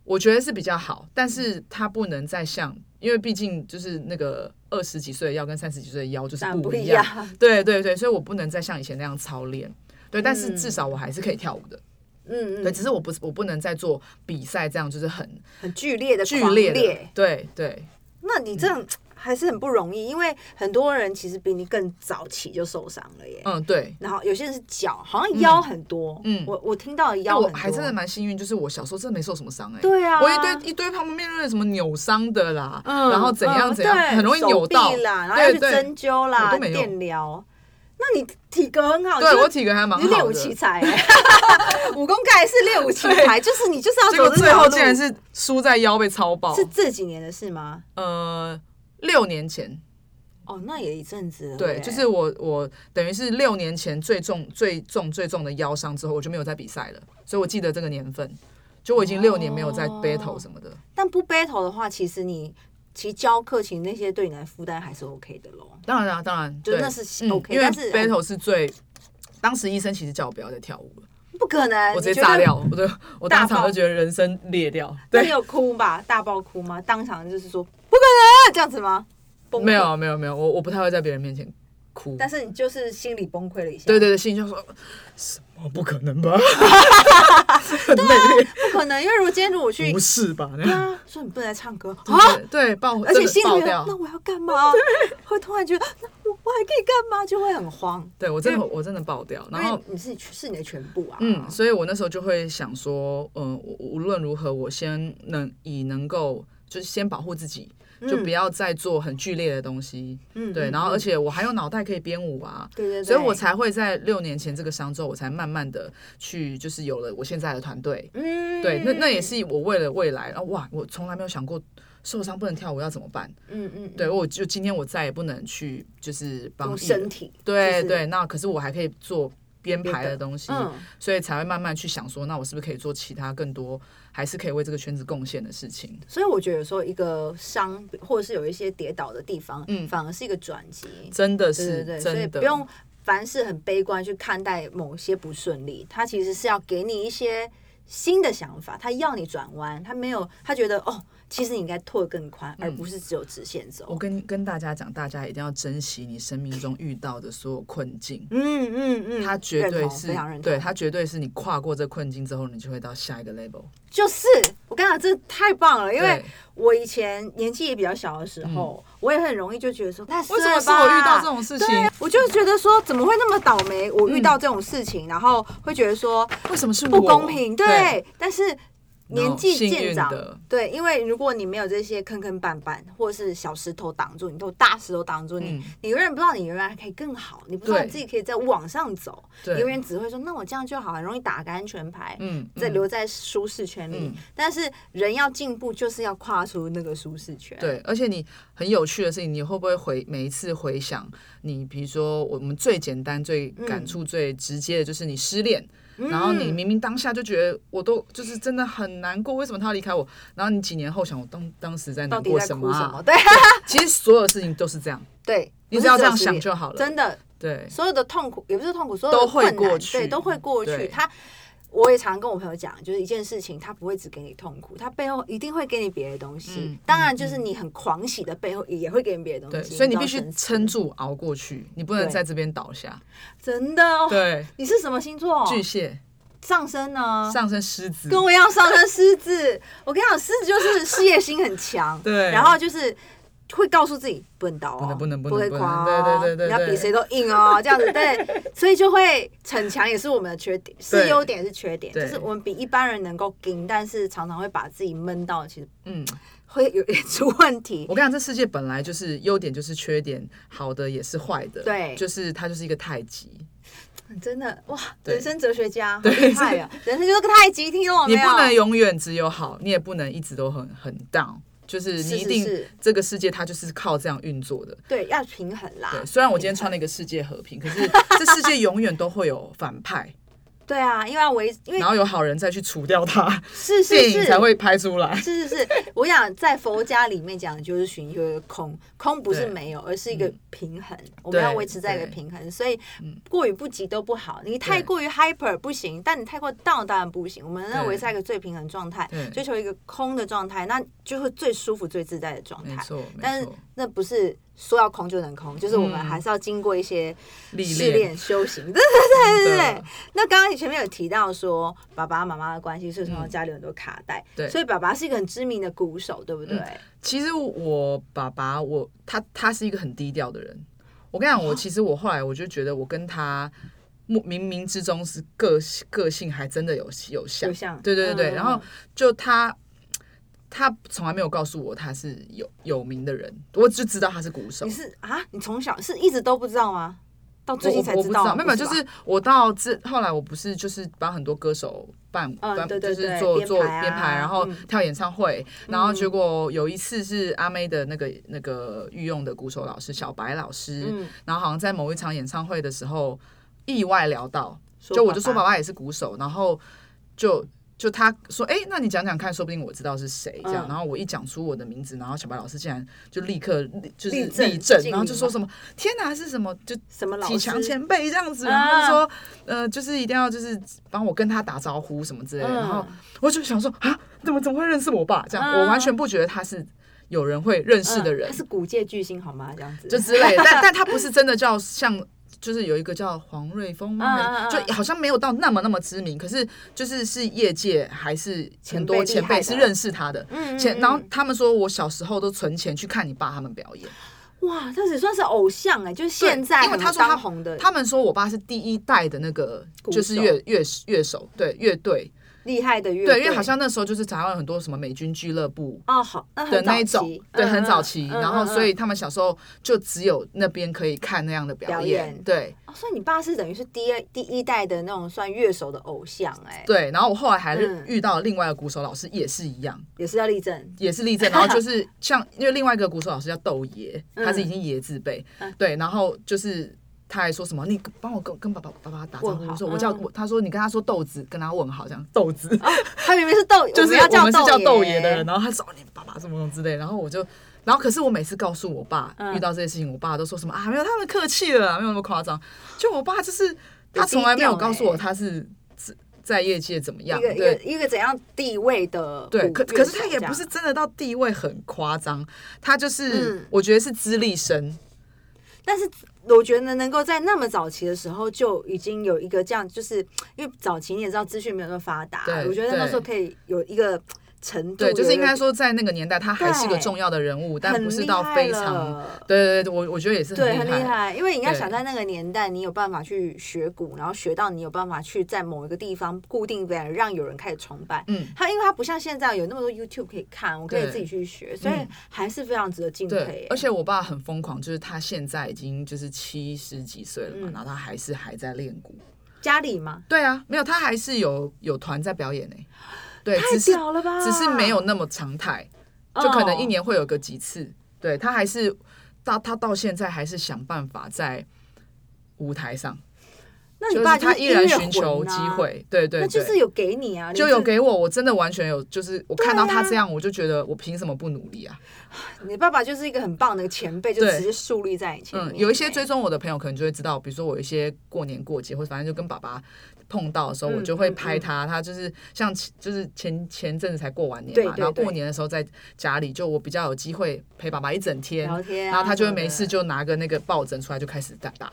S2: 我觉得是比较好，但是他不能再像，因为毕竟就是那个二十几岁的腰跟三十几岁的腰就是
S1: 当然不
S2: 一
S1: 一
S2: 样，
S1: 样。
S2: 对对对，所以我不能再像以前那样操练。对，但是至少我还是可以跳舞的。
S1: 嗯
S2: 对，
S1: 嗯，
S2: 只是我不是我不能再做比赛这样，就是很
S1: 很剧烈的
S2: 剧
S1: 狂
S2: 烈
S1: 烈
S2: 的。对对，
S1: 那你这样还是很不容易，因为很多人其实比你更早起就受伤了耶。
S2: 嗯，对。
S1: 然后有些人是脚，好像腰很多。
S2: 嗯嗯
S1: 我我听到的
S2: 但
S1: 腰
S2: 我
S1: 很多
S2: 还真的蛮幸运，就是我小时候真的没受什么伤哎、
S1: 对啊，
S2: 我一堆一堆旁边面对什么扭伤的啦，
S1: 嗯，
S2: 然后怎样
S1: 嗯
S2: 怎样，
S1: 对
S2: 很容易扭到
S1: 手臂啦，然后要
S2: 对
S1: 去
S2: 对
S1: 针灸啦
S2: 我都、没有
S1: 电疗。那你体格很好，
S2: 对，
S1: 就
S2: 我体格还蛮
S1: 你练
S2: 好
S1: 武
S2: 的。
S1: 奇才、 欸，武功盖是练武奇才，就是你就是要
S2: 结果
S1: 走这
S2: 最
S1: 条
S2: 后
S1: 路。
S2: 竟然是输在腰被超爆。
S1: 是这几年的事吗？
S2: 呃，六年前，
S1: 哦，那也一阵子了。
S2: 对，
S1: 不
S2: 就是我我等于是六年前最重最重最重的腰伤之后，我就没有再比赛了，所以我记得这个年份，就我已经六年没有在
S1: 哦
S2: battle 什么的。
S1: 但不 battle 的话，其实你其实教课，其实那些对你来负担还是 OK 的咯。
S2: 当然啦、啊当然，
S1: 就
S2: 对
S1: 那是
S2: 嗯
S1: OK，
S2: 因为
S1: 但是
S2: battle 是最。当时医生其实叫我不要再跳舞了，
S1: 不可能，
S2: 我直
S1: 呃你
S2: 接
S1: 觉
S2: 炸
S1: 得。
S2: 掉，我对我当
S1: 大
S2: 场
S1: 爆
S2: 就觉得人生裂掉。
S1: 那
S2: 对
S1: 你，有哭吧？大爆哭吗？当场就是说不可能这样子吗？崩溃
S2: 没。有啊没有没有，我我不太会在别人面前哭。
S1: 但是啊你就是心里崩溃了一下。
S2: 对对对，心里就说什么不可能吧？很累，
S1: 不可能，因为如果今天如果我去
S2: 不，是吧？那
S1: 对
S2: 样
S1: 啊，说你不能来唱歌啊，
S2: 对对爆，
S1: 而
S2: 真
S1: 且
S2: 的
S1: 心里
S2: 爆
S1: 面
S2: 掉
S1: 那。我要干嘛？会突然觉得那我我还可以干嘛？就会很慌，
S2: 对我真的我真的爆掉，
S1: 因
S2: 然后
S1: 为你是是你的全部啊。
S2: 嗯，所以我那时候就会想说，嗯，我无论如何，我先能以能够就是先保护自己，就不要再做很剧烈的东西，
S1: 嗯
S2: 对，然后而
S1: 且
S2: 且我还有脑袋可以编舞啊。
S1: 对对对，
S2: 所以我才会在六年前这个伤之后，我才慢慢的去，就是有了我现在的团队。
S1: 嗯
S2: 对，那那也是我为了未来啊，哇，我从来没有想过受伤不能跳舞要怎么办。
S1: 嗯嗯
S2: 对，我就今天我再也不能去，就是帮
S1: 用
S2: 艺
S1: 身
S2: 人
S1: 体
S2: 对
S1: 就是
S2: 对，那可是我还可以做编
S1: 别
S2: 排
S1: 的
S2: 的东西，
S1: 嗯
S2: 所以才会慢慢去想说，那我是不是可以做其他更多，还是可以为这个圈子贡献的事情？
S1: 所以我觉得有时候一个伤或者是有一些跌倒的地方，嗯，反而是一个转机。
S2: 真的
S1: 对对
S2: 是
S1: 对，所以
S2: 真的，
S1: 不用凡事很悲观去看待某些不顺利，他其实是要给你一些新的想法，他要你转弯，他没有，他觉得哦，其实你应该拓得更宽，而不是只有直线
S2: 我
S1: 走。
S2: 跟跟大家讲，大家一定要珍惜你生命中遇到的所有困境，
S1: 嗯嗯嗯，
S2: 它绝
S1: 认
S2: 对
S1: 同
S2: 是
S1: 非常认同，
S2: 对它绝对是你跨过这困境之后，你就会到下一个 level。
S1: 就是我跟你讲，这太棒了，因为
S2: 对
S1: 我以前年纪也比较小的时候，我也很容易就觉得说，那
S2: 为什么是我遇到这种事情？
S1: 对，啊我就觉得说，怎么会那么倒霉？我遇到这种事
S2: 嗯
S1: 情，然后会觉得说
S2: 为什么是我
S1: 不公平，对。但是年纪
S2: 幸
S1: 渐
S2: 运
S1: 长，
S2: 的
S1: 对，因为如果你没有这些坑坑绊绊，或者是小石头挡住你，都有大石头挡住你，
S2: 嗯
S1: 你永远不知道你原来还可以更好，你不知道
S2: 对
S1: 你自己可以再往上走，你
S2: 对
S1: 永远只会说，那我这样就好，很容易打个安全牌。
S2: 嗯，
S1: 在
S2: 嗯
S1: 留在舒适圈里，
S2: 嗯
S1: 但是人要进步，就是要跨出那个舒适圈。
S2: 对，而且你很有趣的事情，你会不会回每一次回想你，比如说我们最简单、最感触最直接的就是你失恋，
S1: 嗯，
S2: 然后你明明当下就觉得我都就是真的很难过，为什么他要离开我？然后你几年后想，我当当时在
S1: 到
S2: 难
S1: 底
S2: 过
S1: 在
S2: 什
S1: 哭
S2: 么、
S1: 什
S2: 啊
S1: 么？？对
S2: 其实所有事情都是这样，
S1: 对，
S2: 你
S1: 不
S2: 只
S1: 是
S2: 要
S1: 只
S2: 这
S1: 有
S2: 样
S1: 失
S2: 想
S1: 恋
S2: 就好了。
S1: 真的，
S2: 对，
S1: 所有的痛苦也不是痛苦，所有的
S2: 都会
S1: 困难
S2: 过去
S1: 对，都会过去。
S2: 对
S1: 他，我也常跟我朋友讲，就是一件事情，他不会只给你痛苦，他背后一定会给你别的东西。
S2: 嗯
S1: 当然，就是你很狂喜的背后也会给你别的东
S2: 对，
S1: 西，
S2: 所以你
S1: 知道
S2: 必须
S1: 深思
S2: 撑。住熬过去，你不能
S1: 对
S2: 在这边倒下。
S1: 真的哦，
S2: 对，
S1: 你是什么星座？
S2: 巨蟹
S1: 上升呢？
S2: 上升狮子，
S1: 跟我一样上升狮子。我跟你讲，狮子就是事业心很强，
S2: 对
S1: 然后就是。会告诉自己不能倒哦，
S2: 不能不能不能
S1: 会
S2: 不能
S1: 垮哦，
S2: 对对对对
S1: 你要比
S2: 对
S1: 谁都硬哦，这样子对， 所以就会逞强也是我们的缺点，是
S2: 对
S1: 优点也是缺点，就
S2: 对
S1: 是我们比一般人能够硬，但是常常会把自己闷到，其实
S2: 嗯，
S1: 会有点出问题。
S2: 我跟你讲，这世界本来就是优点就是缺点，好的也是坏的，
S1: 对
S2: 就是它就是一个太极，
S1: 真的哇，
S2: 对
S1: 人生哲学家好厉害 啊！人生就是个太极，听懂哦了没
S2: 你
S1: 有？
S2: 不能永远只有好，你也不能一直都很很 down，就是
S1: 是
S2: 你一
S1: 是
S2: 定
S1: 是
S2: 这个世界它就是靠这样运作的。
S1: 对，要平衡啦。
S2: 对，虽然我今天穿了一个世界和平，可是这世界永远都会有反派，
S1: 对啊，因为我一因为
S2: 然后有好人再去除掉他，
S1: 是是
S2: 电影
S1: 是
S2: 才会拍出来。
S1: 是是是，我想在佛家里面讲的就是寻求一个空，空不是
S2: 对嗯
S1: 没有，而是一个平衡，我们要维持在一个
S2: 对嗯
S1: 平衡，所以过于不及都不好，你太
S2: 对
S1: 过于 hyper 不行，但你太过 down 当然不行，我们要
S2: 对
S1: 维持在一个最平衡状态
S2: 对，
S1: 追求一个空的状态，那就是最舒服、最自在的状
S2: 没
S1: 态。
S2: 错，没
S1: 啊但是
S2: 错，
S1: 那不是说要空就能空，就是我们
S2: 嗯
S1: 还是要经过一些
S2: 历
S1: 试
S2: 练
S1: 炼修 行。对
S2: 对
S1: 对对，那刚刚你前面有提到说爸爸妈妈的关系，所以从小家里有很多卡带，
S2: 嗯对嗯
S1: 所以爸爸是一个很知名的鼓手，对不对？
S2: 其实我爸爸，我他他是一个很低调的人。我跟你讲，我其实我后来我就觉得，我跟他莫冥冥之中是个性个性还真的有有像
S1: 有，像
S2: 对对对对。
S1: 嗯
S2: 然后就他他从来没有告诉我他是有有名的人，我就知道他是鼓手
S1: 你。是啊，你从小是一直都不知道吗？到最
S2: 我
S1: 近才
S2: 我不知
S1: 道，
S2: 道，没有，没有
S1: 不
S2: 就是
S1: 吧
S2: 是我到这后来，我不是就是帮很多歌手办，
S1: 嗯
S2: 办
S1: 对对
S2: 就是
S1: 对
S2: 做
S1: 编
S2: 做
S1: 排啊
S2: 编排，然后
S1: 嗯
S2: 跳演唱会，然后
S1: 嗯
S2: 结果有一次是阿妹的那个那个御用的鼓手老师小白老师，
S1: 嗯，
S2: 然后好像在某一场演唱会的时候意外聊到，
S1: 说
S2: 就我就说
S1: 爸
S2: 爸爸也是鼓手，然后就。就他说，哎、那你讲讲看，说不定我知道是谁这样。
S1: 嗯
S2: 然后我一讲出我的名字，然后小白老师竟然就立刻立就是
S1: 立正
S2: 立正，
S1: 敬
S2: 然后就
S1: 礼
S2: 说
S1: 嘛
S2: 什么天哪，是什么就
S1: 什么老
S2: 几
S1: 师
S2: 强前辈这样子，
S1: 啊
S2: 然后就说，呃，就是一定要就是帮我跟他打招呼什么之类的，
S1: 嗯
S2: 然后我就想说啊，怎么怎么会认识我爸？这样，
S1: 嗯
S2: 我完全不觉得他是有人会认识的人
S1: 嗯他，是古界巨星好吗？这样子
S2: 就之类的， 但但他不是真的叫像。就是有一个叫黄瑞峰吗？
S1: 嗯嗯
S2: 还
S1: 嗯
S2: 是就好像没有到那么那么知名，可是就是是业界还是很多前
S1: 前辈厉
S2: 辈
S1: 害的
S2: 是认识他的。
S1: 嗯嗯
S2: 前
S1: 嗯
S2: 然后他们说我小时候都存钱去看你爸他们表演，
S1: 哇，他也算是偶像哎、就是现在
S2: 因为他
S1: 很
S2: 说他
S1: 当红的
S2: 他们说我爸是第一代的那个，
S1: 鼓手
S2: 就是乐乐乐手，对乐队，
S1: 厉害的乐队，
S2: 对，因为好像那时候就是台湾有很多什么美军俱乐部
S1: 哦好那很
S2: 的
S1: 早
S2: 那一种
S1: 期，
S2: 对，
S1: 嗯
S2: 很
S1: 嗯
S2: 早期，
S1: 嗯
S2: 然后
S1: 嗯
S2: 所
S1: 嗯
S2: 以他们小时候就只有那边可以看那样的表
S1: 表
S2: 演
S1: 演，
S2: 对
S1: 哦，所以你爸是等于是第二第一代的那种算乐手的偶像哎、
S2: 对。然后我后来还
S1: 嗯
S2: 遇到另外一个鼓手老师，也是一样，
S1: 也是要立正，
S2: 也是立正，然后 就是像因为另外一个鼓手老师叫窦爷，
S1: 嗯
S2: 他是已经爷字辈
S1: 嗯，
S2: 对，然后就是。他还说什么？你帮我跟跟爸爸爸爸打招
S1: 问
S2: 呼，
S1: 好
S2: 我说我叫
S1: 嗯
S2: 我，他说你跟他说豆子，跟他问好，这样豆子，
S1: 他明明是豆，
S2: 就是
S1: 我们要
S2: 我们是叫
S1: 豆
S2: 豆爷的人，，然后他说哦你爸爸什么什么之类，然后我就，然后可是我每次告诉我爸、
S1: 嗯
S2: 遇到这些事情，我爸都说什么啊没有他们客气了啦，没有那么夸张，就我爸就是他从来没有告诉我他是在在业界怎么样，
S1: 欸一个一个
S2: 对。
S1: 一个怎样地位的
S2: 对，
S1: 鼓
S2: 可
S1: 乐
S2: 可是
S1: 手
S2: 他也
S1: 这
S2: 不
S1: 样
S2: 是真的到地位很夸张，他就是、
S1: 嗯
S2: 我觉得是资历深，
S1: 但是我觉得能够在那么早期的时候就已经有一个这样，就是因为早期你也知道资讯没有那么发达
S2: 对，
S1: 我觉得那时候
S2: 对
S1: 可以有一个程度，
S2: 对，就是应该
S1: 有一个
S2: 说在那个年代他还是个
S1: 对
S2: 重要的人物，但
S1: 很
S2: 不是
S1: 厉
S2: 到
S1: 害
S2: 非常，
S1: 了
S2: 对对对，我我觉得也是
S1: 对，
S2: 很
S1: 很
S2: 厉
S1: 厉
S2: 害，
S1: 害，因为你要
S2: 对
S1: 想在那个年代，你有办法去学鼓，然后学到你有办法去在某一个地方固定下来，让有人开始崇拜。
S2: 嗯，
S1: 它因为它不像现在有那么多 YouTube 可以看，我可以
S2: 对
S1: 自己去学，所以
S2: 嗯
S1: 还是非常值得敬佩
S2: 对
S1: 欸。，
S2: 而且我爸很疯狂，就是他现在已经就是七十几岁了嘛，
S1: 嗯
S2: 然后他还是还在练鼓。
S1: 家里嘛，
S2: 对啊，没有，他还是有有团在表演呢、对，
S1: 太
S2: 只是
S1: 屌了吧！嗯
S2: 只是没有那么常态，就可
S1: 哦
S2: 能一年会有个几次。对他还是到他到现在还是想办法在舞台上，
S1: 那
S2: 就
S1: 你
S2: 是
S1: 爸
S2: 他
S1: 是
S2: 依
S1: 音乐
S2: 然寻求
S1: 魂
S2: 机
S1: 啊，
S2: 会。对对
S1: 那就
S2: 对。
S1: 是有给你啊，你
S2: 就有
S1: 自
S2: 给我，我真的完全有，就是我看到
S1: 对
S2: 他
S1: 啊
S2: 这样，我就觉得我凭什么不努力啊？
S1: 你爸爸就是一个很棒的前辈，就
S2: 对
S1: 直接树立在你前面。
S2: 嗯，有一些
S1: 欸
S2: 追踪我的朋友可能就会知道，比如说我有一些过年过节，或者反正就跟爸爸碰到的时候，
S1: 嗯
S2: 我就会拍他。他就是像前就是前前阵子才过完年嘛，
S1: 对对
S2: 然后
S1: 对
S2: 过年的时候在家里，就我比较有机会陪爸爸一整天，
S1: 聊天啊，
S2: 然后他就会没
S1: 什么
S2: 事
S1: 的，
S2: 就拿个那个抱枕出来就开始打打。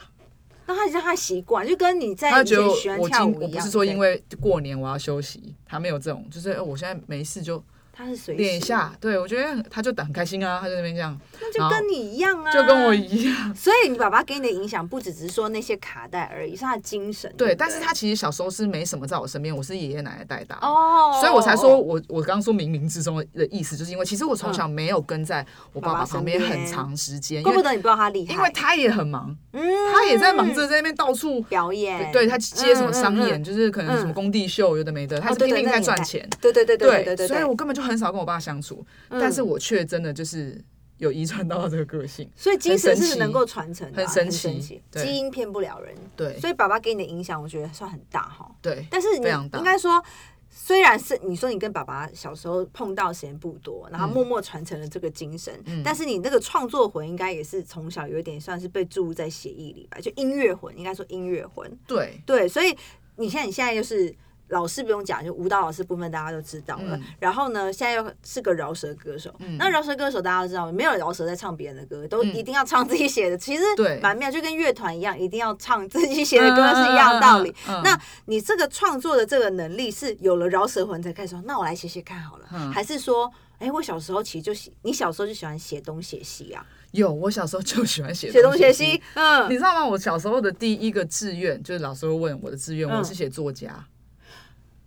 S1: 那他让他习惯，就跟你在
S2: 他
S1: 以
S2: 觉
S1: 前
S2: 得
S1: 喜欢
S2: 我
S1: 跳
S2: 今
S1: 舞
S2: 我
S1: 一
S2: 不
S1: 样。
S2: 是说
S1: 对
S2: 因为过年我要休息，他没有这种，就是、呃我现在没事就
S1: 他是随
S2: 练一
S1: 时，
S2: 下。对我觉得很他就很开心啊，他就在那边这样，
S1: 那就跟你一样啊，
S2: 就跟我。一样。
S1: 所以你爸爸给你的影响不只是说那些卡带而已，是他的精神。
S2: 对，
S1: 不
S2: 但是他其实小时候是没什么在我身边，我是爷爷奶奶带大的。啊
S1: 哦，
S2: 所以我才说我我刚刚说冥冥之中的意思，就是因为其实我从小没有跟在我爸
S1: 爸
S2: 爸
S1: 爸
S2: 旁边
S1: 身边
S2: 很长时间，因
S1: 怪不
S2: 为
S1: 得你不知道他厉害，
S2: 因为他也很忙，
S1: 嗯
S2: 他也在忙着在那边到处。
S1: 表演，
S2: 对他接什么商
S1: 哎嗯嗯哦
S2: 演，就是可能什么工地秀，有的没的，他是
S1: 对
S2: 拼
S1: 对
S2: 命
S1: 那
S2: 在
S1: 年
S2: 赚
S1: 代
S2: 钱。
S1: 对对对对对对，
S2: 所以
S1: 对
S2: 我根本就很少跟我爸相处，
S1: 嗯
S2: 但是我却真的就是有遗传到他这个个性。
S1: 所以精神
S2: 很神
S1: 是
S2: 奇
S1: 能够传承的啊，
S2: 很神
S1: 很
S2: 奇
S1: 神奇，
S2: 对
S1: 基因骗不了人。
S2: 对
S1: 所以爸爸给你的影响，我觉得算很大哈。
S2: 对，
S1: 但是你
S2: 非常大
S1: 应该说，虽然是你说你跟爸爸小时候碰到时间不多，然后
S2: 嗯
S1: 默默传承了这个精神，但是你那个创作魂应该也是从小有一点算是被注入在血液里吧，就音乐魂，应该说音乐魂。
S2: 对
S1: 对，所以你看你现在就是。老师不用讲，就舞蹈老师部分大家都知道了。
S2: 嗯
S1: 然后呢，现在又是个饶舌歌手。那饶舌歌手大家都知道，没有饶舌在唱别人的歌，都一定要唱自己写的。其实
S2: 嗯对
S1: 蛮妙，就跟乐团一样，一定要唱自己写的歌是一样的道理。
S2: 嗯嗯嗯嗯
S1: 那你这个创作的这个能力是有了饶舌魂才开始说，那我来写写看好了，
S2: 嗯
S1: 还是说？哎、我小时候其实就喜，你小时候就喜欢写东写西啊，
S2: 有，我小时候就喜欢写
S1: 写东写
S2: 西
S1: 西。，嗯
S2: 你，知道吗？我小时候的第一个志愿就是老师会问我的志愿，
S1: 嗯
S2: 我是写作家。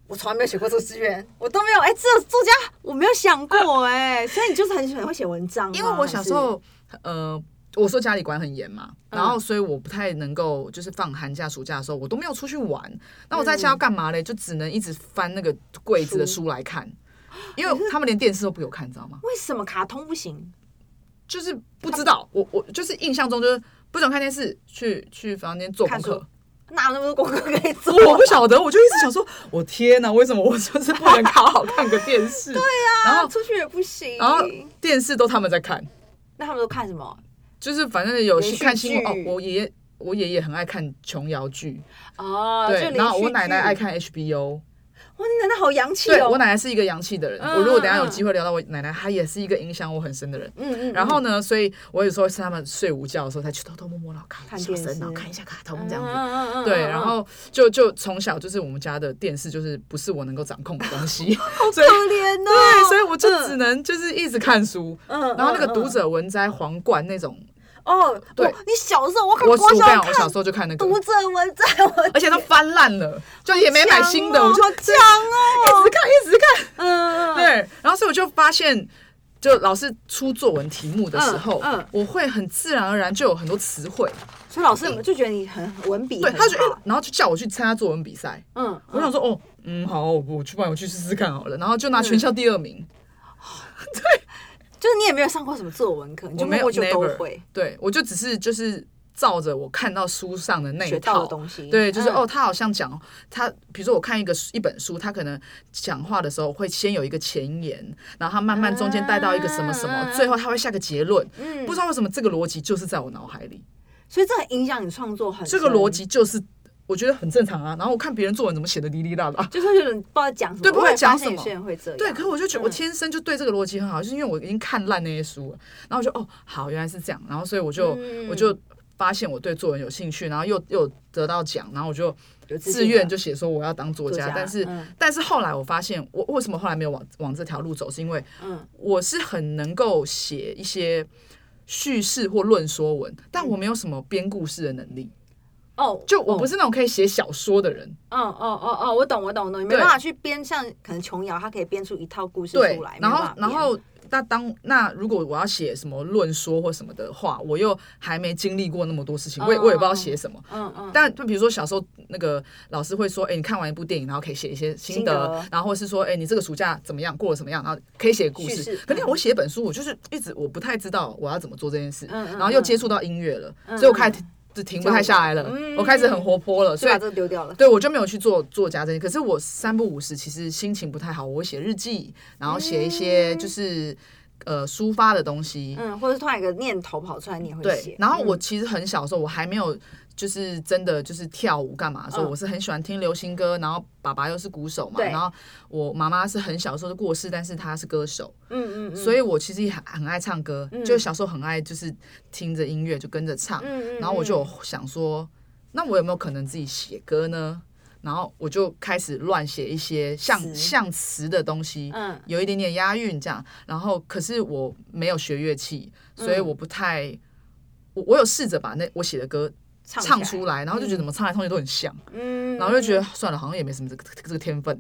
S1: 我从来没有写过这个志愿，我都没有。哎、这个作家我没有想过哎、所以你就是很喜欢会写文章吗，
S2: 因为我小
S1: 还
S2: 时
S1: 是
S2: 候，呃，我说家里管很严嘛，
S1: 嗯
S2: 然后所以我不太能够，就是放寒假、暑假的时候，我都没有出去玩。那我在家要干嘛嘞？就只能一直翻那个柜子的
S1: 嗯书啊
S2: 书来看，因为他们连电视都不给我看，你知道吗？
S1: 为什么卡通不行？
S2: 就是不知道，我我就是印象中就是不准看电视，去去房间做功
S1: 看书
S2: 课。
S1: 哪有那么多功课可以做？
S2: 我不晓得，我就一直想说，我天哪，为什么我就是不能 好好看个电视？对呀、 然后
S1: 出去也不行。
S2: 然后电视都他们在看，
S1: 那他们都看什么？
S2: 就是反正有
S1: 连续
S2: 看新闻哦
S1: 剧，
S2: 我爷爷我爷爷很爱看琼瑶剧，
S1: 哦，就
S2: 对，
S1: 连
S2: 然后
S1: 续
S2: 我奶奶
S1: 剧
S2: 爱。看 HBO，
S1: 哇，你奶奶好洋气
S2: 对
S1: 哦！
S2: 我奶奶是一个洋气的人，
S1: 嗯
S2: 我如果等一下
S1: 嗯
S2: 有机会聊到我奶奶，她也是一个影响我很深的人。
S1: 嗯嗯嗯，
S2: 然后呢，所以我有时候是他们睡午觉的时候才去偷偷摸摸然后看
S1: 看
S2: 小
S1: 电视
S2: 声，然后看一下卡通
S1: 嗯
S2: 这样子。
S1: 嗯嗯嗯嗯
S2: 对，
S1: 嗯
S2: 然后就就从小就是我们家的电视就是不是我能够掌控的东 西，所以
S1: 可怜哦，
S2: 对，所以我就
S1: 嗯
S2: 只能就是一直看书，
S1: 嗯，
S2: 然后那个读
S1: 嗯
S2: 者文摘、皇冠那种，
S1: 嗯哦，
S2: 对
S1: 我你小时候我可
S2: 我
S1: 国
S2: 暑
S1: 小
S2: 假我小
S1: 看
S2: 时候就看那个，
S1: 读者文摘， 我
S2: 而且都翻烂了，就也没买新的，
S1: 强哦
S2: 我就
S1: 好
S2: 一直
S1: 强哦，
S2: 看一直看，
S1: 嗯嗯，嗯，
S2: 对，然后所以我就发现。就老师出作文题目的时候，
S1: 嗯嗯
S2: 我会很自然而然就有很多词汇，
S1: 所以老师就觉得你很文笔
S2: 对，
S1: 很
S2: 他就、
S1: 好，
S2: 然后就叫我去参加作文比赛，
S1: 嗯，嗯
S2: 我想说，哦，嗯，好，我去吧，我去试试看好了，然后就拿全校第二名，
S1: 就是你也没有上过什么作文课，你
S2: 我
S1: 就
S2: 没
S1: 默默
S2: 有
S1: 就都
S2: never，
S1: 会
S2: 对我就只是就是照着我看到书上的那一
S1: 学到
S2: 套
S1: 的东西。
S2: 对，就是、
S1: 嗯
S2: 哦，，他好像讲他，比如说我看一个书一本书，他可能讲话的时候会先有一个前言，然后他慢慢中间带到一个什么什么，
S1: 啊
S2: 最后他会下个结论。
S1: 嗯
S2: 不知道为什么这个逻辑就是在我脑海里，
S1: 所以这很影响你创作很
S2: 这
S1: 深。
S2: 个逻辑就是我觉得很正常啊。然后我看别人作文怎么写的哩哩啦啦，
S1: 就是有人不知道讲什么，
S2: 对不
S1: 我也
S2: 会
S1: 发
S2: 讲
S1: 现
S2: 什
S1: 有
S2: 么
S1: 些人会这样。嗯
S2: 对，可是我就觉得我天生就对这个逻辑很好，就是因为我已经看烂那些书了，然后我就哦，好，原来是这样，然后所以我就、
S1: 嗯
S2: 我就发现我对作文有兴趣，然后又又得到奖，然后我就
S1: 有自信
S2: 志愿
S1: 了
S2: 就写说我要当作
S1: 作
S2: 家，
S1: 家
S2: 但是、
S1: 嗯
S2: 但是后来我发现我为什么后来没有往往这条路走，是因为
S1: 嗯
S2: 我是很能够写一些。叙事或论说文，但我没有什么编故事的能力，
S1: 嗯哦，
S2: 就我不
S1: 是
S2: 是那种可以写小说的人。
S1: 嗯哦哦哦，我懂我懂我懂，你没
S2: 对
S1: 办法去编，像可能琼瑶，她可以编出一套故事
S2: 对
S1: 出来，，
S2: 然
S1: 没
S2: 后
S1: 办法
S2: 然
S1: 编
S2: 后那当那如果我要写什么论说或什么的话，我又还没经历过那么多事情，我也我也不知道写什么。
S1: 嗯嗯，
S2: 但就比如说小时候那个老师会说，哎、你看完一部电影，然后可以写一些心得，
S1: 心得
S2: 然后或是说，哎、你这个暑假怎么样，过得怎么样，然后可以写故
S1: 叙
S2: 事
S1: 事。嗯
S2: 可是我写一本书，我就是一直我不太知道我要怎么做这件事，
S1: 嗯嗯
S2: 然后又接触到音乐了，
S1: 嗯
S2: 所以我开始就停不太下来了，
S1: 嗯
S2: 我开始很活泼了，
S1: 就
S2: 所以
S1: 把啊这个丢掉了。
S2: 对我就没有去做作家这些。可是我三不五时，其实心情不太好，我会写日记，然后写一些就是、呃抒发的东西，
S1: 嗯，或者突然有个念头跑出来，你也会
S2: 对
S1: 写，。
S2: 然后我
S1: 嗯
S2: 其实很小的时候，我还没有就是真的就是跳舞干嘛的时候，
S1: 嗯
S2: 我是很喜欢听流行歌。然后爸爸又是鼓手嘛，
S1: 对
S2: 然后我妈妈是很小的时候就过世，但是她是歌手，
S1: 嗯嗯嗯，
S2: 所以我其实也很很爱唱歌，就小时候很爱就是听着音乐就跟着唱。
S1: 嗯嗯
S2: 然后我就有想说，那我有没有可能自己写歌呢？然后我就开始乱写一些像
S1: 词
S2: 像词的东西，
S1: 嗯
S2: 有一点点押韵这样。然后可是我没有学乐器，所以我不太，我我有试着把那我写的歌
S1: 唱
S2: 唱
S1: 起
S2: 出来，然后就觉得怎么唱来唱去都很像，
S1: 嗯，
S2: 然后就觉得算了，好像也没什么这个这个 天分，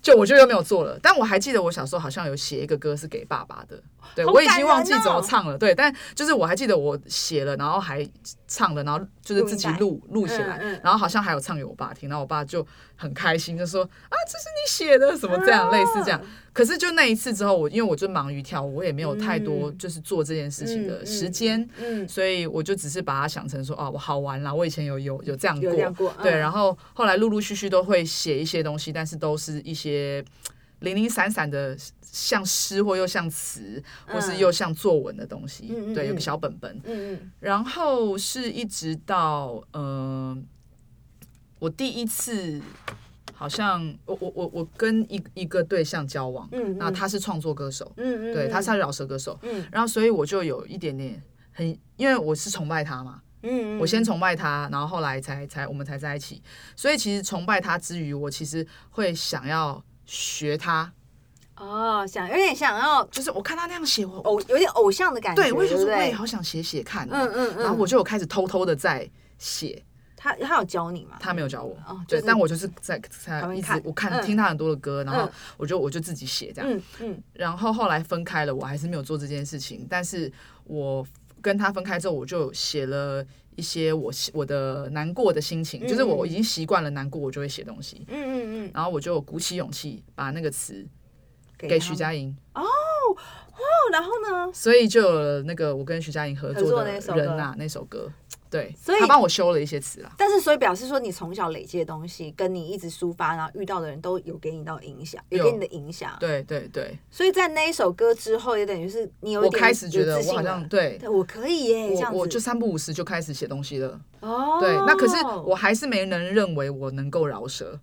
S2: 就我就又没有做了。但我还记得我小时候好像有写一个歌是给爸爸的，对
S1: 好
S2: 我已
S1: 感
S2: 经忘
S1: 人
S2: 记怎么
S1: 哦
S2: 唱了，对，但就是我还记得我写了，然后还唱了，然后就是自己录录起来，
S1: 嗯嗯
S2: 然后好像还有唱给我爸听，然后我爸就很开心，就说啊这是你写的什么这
S1: 啊
S2: 样、类似这样。可是就那一次之后，我因为我就忙于跳舞，我也没有太多
S1: 嗯
S2: 就是做这件事情的
S1: 嗯
S2: 时间。
S1: 嗯，
S2: 所以我就只是把它想成说，哦，我好玩啦，我以前有有有这样
S1: 有
S2: 过，
S1: 这样过
S2: 对，
S1: 嗯
S2: 然后后来陆陆续续都会写一些东西，但是都是一些嘖零零散散的，像诗或又像词，或是
S1: 嗯
S2: 又像作文的东西，
S1: 嗯嗯
S2: 对，有个
S1: 嗯
S2: 小本本，
S1: 嗯嗯
S2: 然后是一直到嗯、呃我第一次好像我我我我跟一一个对象交往，
S1: 嗯
S2: 那
S1: 嗯
S2: 他是创作歌手，
S1: 嗯嗯，
S2: 对，他
S1: 嗯
S2: 是他是饶舌歌手，
S1: 嗯
S2: 然后所以我就有一点点很，因为我是崇拜他嘛，
S1: 嗯，
S2: 我先
S1: 嗯
S2: 崇拜他，然后后来才才我们才在一起，所以其实崇拜他之余，我其实会想要学他，
S1: 哦，想有点想要
S2: 就是我看他那样写，我
S1: 偶有点偶像哦的感觉，
S2: 对
S1: 对
S2: 我也想
S1: 不
S2: 说，我也
S1: 对？
S2: 好想写写看、哦
S1: 嗯嗯嗯，
S2: 然后我就有开始偷偷的在写，
S1: 他他有教你吗？
S2: 他没有教我，
S1: 哦就
S2: 对，
S1: 是
S2: 但我就是在在
S1: 旁边
S2: 一直
S1: 看
S2: 我看、
S1: 嗯
S2: 听他很多的歌，然后
S1: 嗯
S2: 我就我就自己写这样，
S1: 嗯嗯
S2: 然后后来分开了，我还是没有做这件事情，但是我跟他分开之后，我就写了一些我我的难过的心情，
S1: 嗯
S2: 就是我已经习惯了难过，我就会写东西。
S1: 嗯嗯嗯，
S2: 然后我就鼓起勇气把那个词
S1: 他
S2: 给徐佳莹，
S1: 哦，然后呢？
S2: 所以就有了那个我跟徐佳莹合
S1: 合
S2: 作
S1: 作
S2: 的
S1: 那首
S2: 人啊，那首歌，对，
S1: 所以
S2: 他帮我修了一些词啦。
S1: 但是所以表示说，你从小累积的东西，跟你一直抒发，然后遇到的人都有给你到影响，有
S2: 有
S1: 给你的影响。
S2: 对对对，
S1: 所以在那一首歌之后，也等于是你有一
S2: 我
S1: 点
S2: 开始觉
S1: 有
S2: 得
S1: 自信
S2: 我好
S1: 了
S2: 像对
S1: 对我可以耶，这
S2: 我
S1: 样
S2: 我就
S1: 子。
S2: 三不五时就开始写东西了。
S1: 哦，
S2: 对，那可是我，还是没能认为我能够饶舌，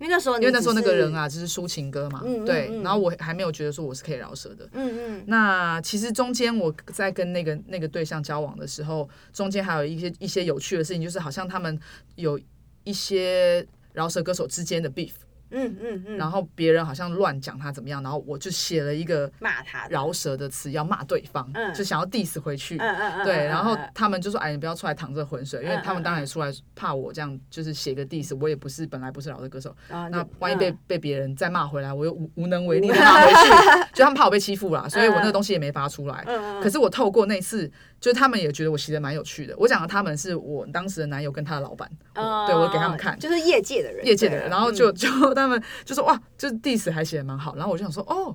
S1: 因为那时候你
S2: 因为那时候那
S1: 只
S2: 个
S1: 是
S2: 人，啊，就是抒情歌嘛，
S1: 嗯嗯
S2: 对
S1: 嗯，
S2: 然后我还没有觉得说我是可以饶舌的。
S1: 嗯嗯
S2: 那其实中间我在跟那个那个对象交往的时候，中间还有一些一些有趣的事情，就是好像他们有一些饶舌歌手之间的 beef，、
S1: 嗯嗯嗯，
S2: 然后别人好像乱讲他怎么样，然后我就写了一个
S1: 骂他的，
S2: 饶舌的词要骂对方，
S1: 嗯
S2: 就想要 diss 回去。
S1: 嗯嗯嗯，
S2: 对，
S1: 嗯
S2: 然后
S1: 嗯
S2: 他们就说：“哎，你不要出来淌这浑水，因为
S1: 嗯
S2: 他们
S1: 嗯
S2: 当然也出来怕我这样，就是写个 diss，我也不是本来不是饶舌歌手，
S1: 嗯
S2: 那
S1: 然后就
S2: 万一被
S1: 嗯
S2: 被别人再骂回来，我又无无能为力再骂回 去，就他们怕我被欺负啦，所以我那个东西也没发出来。
S1: 嗯嗯嗯，
S2: 可是我透过那次，就是他们也觉得我其实蛮有趣的。我讲的他们是我当时的男友跟他的老板，
S1: 嗯
S2: 对我给他们看
S1: 就是业界的人，
S2: 业界的
S1: 对
S2: 人，
S1: 啊
S2: 然后就就他们就说哇，就是 diss 还写的蛮好。然后我就想说哦，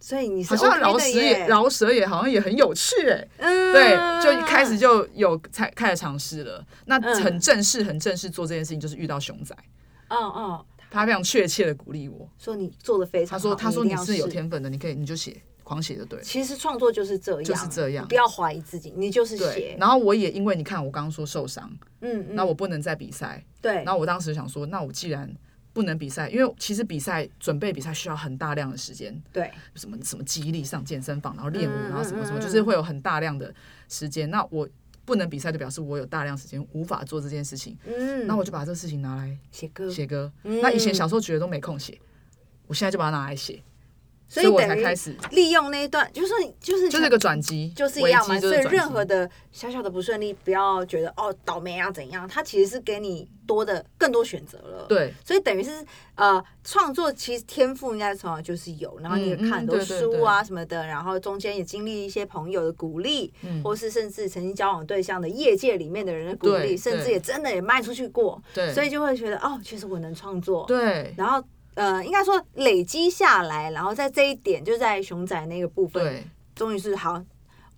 S1: 所以你是
S2: 好
S1: OK
S2: 像
S1: 的
S2: 饶舌
S1: 耶
S2: 也饶舌也好像也很有趣哎、
S1: 嗯，
S2: 对，就一开始就有才开始尝试了。那
S1: 嗯
S2: 很正式很正式做这件事情，就是遇到熊仔，
S1: 嗯嗯，
S2: 他非常确切的鼓励我。
S1: 说你做的非常
S2: 他
S1: 好，
S2: 说：“他说
S1: 一定
S2: 你
S1: 要
S2: 是有
S1: 试。
S2: 天分的，你可以你就写，狂写就对了。
S1: 其实创作就是这样，
S2: 就是这样
S1: 你不要怀疑自己，你就是
S2: 对
S1: 写，。
S2: 然后我也因为你看我刚刚说受伤，
S1: 嗯嗯，
S2: 那我不能再比赛，
S1: 对，
S2: 然后我当时想说，那我既然不能比赛，因为其实比赛准备比赛需要很大量的时间，
S1: 对，
S2: 什么什么肌力上健身房，然后练舞，
S1: 嗯嗯
S2: 然后什么什么，
S1: 嗯嗯
S2: 就是会有很大量的时间。那我不能比赛，就表示我有大量时间无法做这件事情。
S1: 嗯，
S2: 那我就把这事情拿来
S1: 写歌，
S2: 写歌。
S1: 嗯
S2: 那以前小时候觉得都没空写，我现在就把它拿来写，
S1: 所
S2: 所
S1: 以
S2: 以我
S1: 等
S2: 才
S1: 于
S2: 开始，
S1: 利用那一段，就是就是
S2: 就是一个转机，
S1: 就是一
S2: 危
S1: 样
S2: 机
S1: 嘛，
S2: 就
S1: 所以
S2: 是转
S1: 任
S2: 机
S1: 何的小小的不顺利，不要觉得哦倒霉啊怎样，它其实是给你多的更多选择了。，
S2: 对。
S1: 所以等于是呃，创作其实天赋应该从小就是有，然后你也
S2: 嗯嗯
S1: 看很多
S2: 对对
S1: 书啊什么的，然后中间也经历一些朋友的鼓励，
S2: 嗯
S1: 或是甚至曾经交往对象的业界里面的人的鼓励，
S2: 对
S1: 甚至
S2: 对
S1: 也真的也卖出去过，
S2: 对，
S1: 所以就会觉得哦，其实我能创作。
S2: 对
S1: 然后呃，应该说累积下来，然后在这一点就在熊仔那个部分，
S2: 对
S1: 终于是好。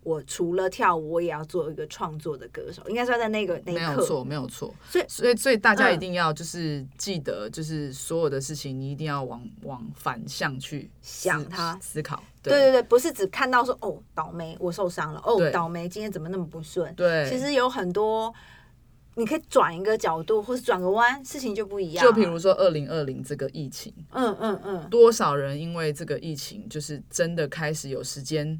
S1: 我除了跳舞，我也要做一个创作的歌手，应该说在那个那
S2: 没
S1: 一
S2: 有
S1: 刻，
S2: 错，没有错。
S1: 所以
S2: 所以所以大家
S1: 嗯
S2: 一定要就是记得，就是所有的事情你一定要往往反向去思
S1: 想它
S2: 思考。
S1: 对对对，不是只看到说哦倒霉，我受伤了，哦
S2: 对
S1: 倒霉，今天怎么那么不顺？
S2: 对，
S1: 其实有很多，你可以转一个角度，或是转个弯，事情就不一样了。
S2: 就比如说二零二零这个疫情，
S1: 嗯嗯嗯，
S2: 多少人因为这个疫情，就是真的开始有时间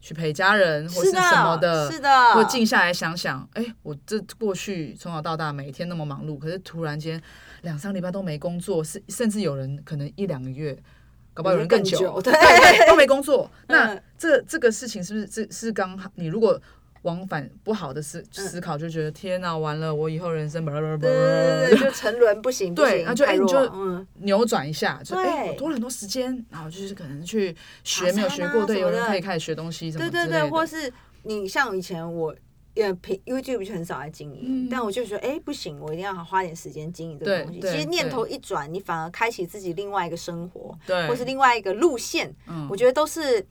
S2: 去陪家人或
S1: 的，
S2: 什么
S1: 是的，
S2: 或静下来想想，哎、我这过去从小到大每天那么忙碌，可是突然间两三个礼拜都没工作，是甚至有人可能一两个月，搞不好有人更久，
S1: 有人更久对
S2: 对对，都没 工作。那
S1: 嗯
S2: 这这个事情是不是这是刚好？你如果往返不好的思思考，就觉得天哪、完了，我以后人生巴拉巴拉巴
S1: 嗯对对对
S2: 拉
S1: 对，就沉沦不行，不
S2: 呃对
S1: 行
S2: 那就
S1: 太
S2: 哎你
S1: 弱
S2: 就
S1: 嗯
S2: 扭转一下，就
S1: 对
S2: 哎、我多了很多时间，然后就是可能去学
S1: 爬山啊
S2: 没有学过，对，
S1: 什么
S2: 有
S1: 的
S2: 人可以开始学东西什么
S1: 对
S2: 之类
S1: 对
S2: 的，
S1: 对，或是你像以前我。呃，平 YouTube 就很少来经营，
S2: 嗯
S1: 但我就觉得，哎、不行，我一定要花点时间经营这个
S2: 对
S1: 东西。
S2: 对
S1: 其实念
S2: 对
S1: 头一转，你反而开启自己另外一个生活，
S2: 对，
S1: 或是另外一个路线，
S2: 嗯
S1: 我觉得都是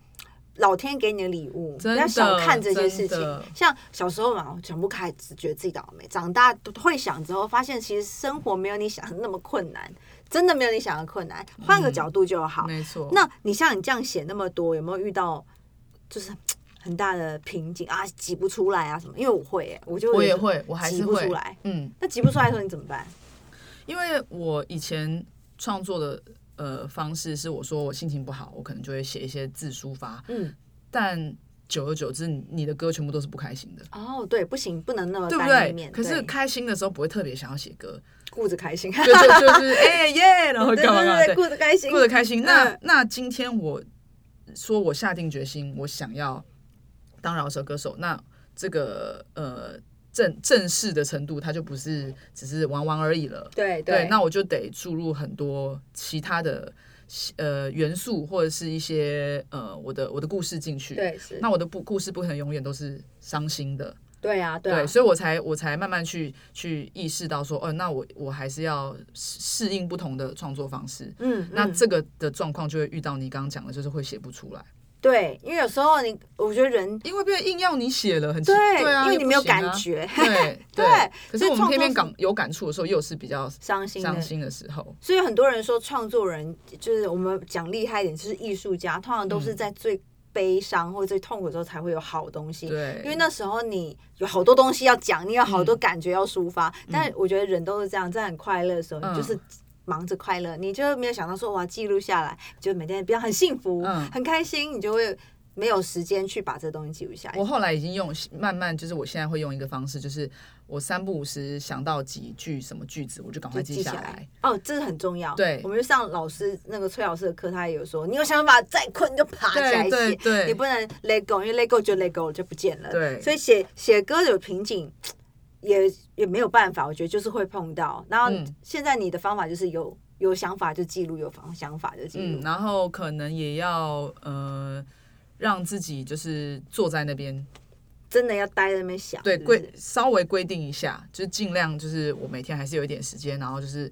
S1: 老天给你的礼物，不
S2: 真的
S1: 要小看这些事
S2: 真
S1: 情
S2: 的。
S1: 像小时候嘛，我想不开，只觉得自己倒霉；长大会想之后，发现其实生活没有你想的那么困难，真的没有你想的困难。换个角度就好。
S2: 嗯没错，
S1: 那你像你这样写那么多，有没有遇到就是嘖很大的瓶颈啊？挤不出来啊什么？因为我会、欸，我就
S2: 我也会，我还
S1: 挤
S2: 是
S1: 不
S2: 会
S1: 出，来。
S2: 嗯。
S1: 那挤不出来的时候你怎么办？
S2: 因为我以前创作的呃方式是，我说我心情不好，我可能就会写一些字抒发，
S1: 嗯，
S2: 但久而久之，你你的歌全部都是不开心的，
S1: 哦，对，不行，不能那么
S2: 对不
S1: 单一
S2: 对？
S1: 面，
S2: 可是
S1: 对
S2: 开心的时候不会特别想要写歌，
S1: 顾着开心，
S2: 就就 就是哎耶，然后
S1: 对对
S2: 干嘛干嘛，
S1: 对对，
S2: 对
S1: 顾着开心，
S2: 过得开心。那
S1: 嗯
S2: 那今天我说我下定决心，我想要当饶舌歌手。那这个呃正正式的程度，它就不是只是玩玩而已了。
S1: 对
S2: 对，那我就得注入很多其他的呃元素，或者是一些呃我的我的故事进去。
S1: 对是，
S2: 那我的不故事不可能永远都是伤心的，
S1: 对啊，对啊
S2: 对，，所以我才我才慢慢去去意识到说，哦，那我我还是要适适应不同的创作方式。
S1: 嗯，
S2: 那
S1: 嗯
S2: 这个的状况就会遇到你刚刚讲的，就是会写不出来，
S1: 对，因为有时候你，我觉得人
S2: 因为别人硬要你写了，很奇
S1: 对，
S2: 对啊，
S1: 因为
S2: 又
S1: 你
S2: 不
S1: 没有
S2: 行啊
S1: 感，觉，
S2: 对
S1: 对
S2: 可是
S1: 所以
S2: 我们
S1: 创作
S2: 偏偏
S1: 是
S2: 感有感触的时候，又是比较
S1: 伤心的
S2: 伤。心的时候，
S1: 所以很多人说，创作人就是我们讲厉害一点，就是艺术家，通常都
S2: 嗯
S1: 是在最悲伤或者最痛苦的时候才会有好东西。
S2: 对，嗯
S1: 因为那时候你有好多东西要讲，你有好多感觉要抒发，但我觉得人都是这样，在很快乐的时候，
S2: 嗯
S1: 你就是忙着快乐，你就没有想到说哇记录下来，就每天比较很幸福、
S2: 嗯
S1: 很开心，你就会没有时间去把这东西记录下来
S2: 我。后来已经用慢慢，就是我现在会用一个方式，就是我三不五时想到几句什么句子，我就赶快
S1: 就
S2: 记
S1: 记
S2: 下
S1: 下
S2: 来
S1: 来。哦，这是很重要。
S2: 对
S1: 我们就上老师那个崔老师的课，他也有说，你有想法再困你就爬起来
S2: 对对
S1: 写，
S2: 对，
S1: 你不能 let go，因为 let go 就 let go 就不见了。
S2: 对
S1: 所以写写歌有瓶颈，也也没有办法，我觉得就是会碰到。然后
S2: 嗯
S1: 现在你的方法就是有有想法就记录，有方想法就记录。
S2: 嗯，然后可能也要呃让自己就是坐在那边
S1: 真的要待在那边想，
S2: 对
S1: 是不是
S2: 规稍微规定一下，就是尽量就是我每天还是有一点时间，然后就是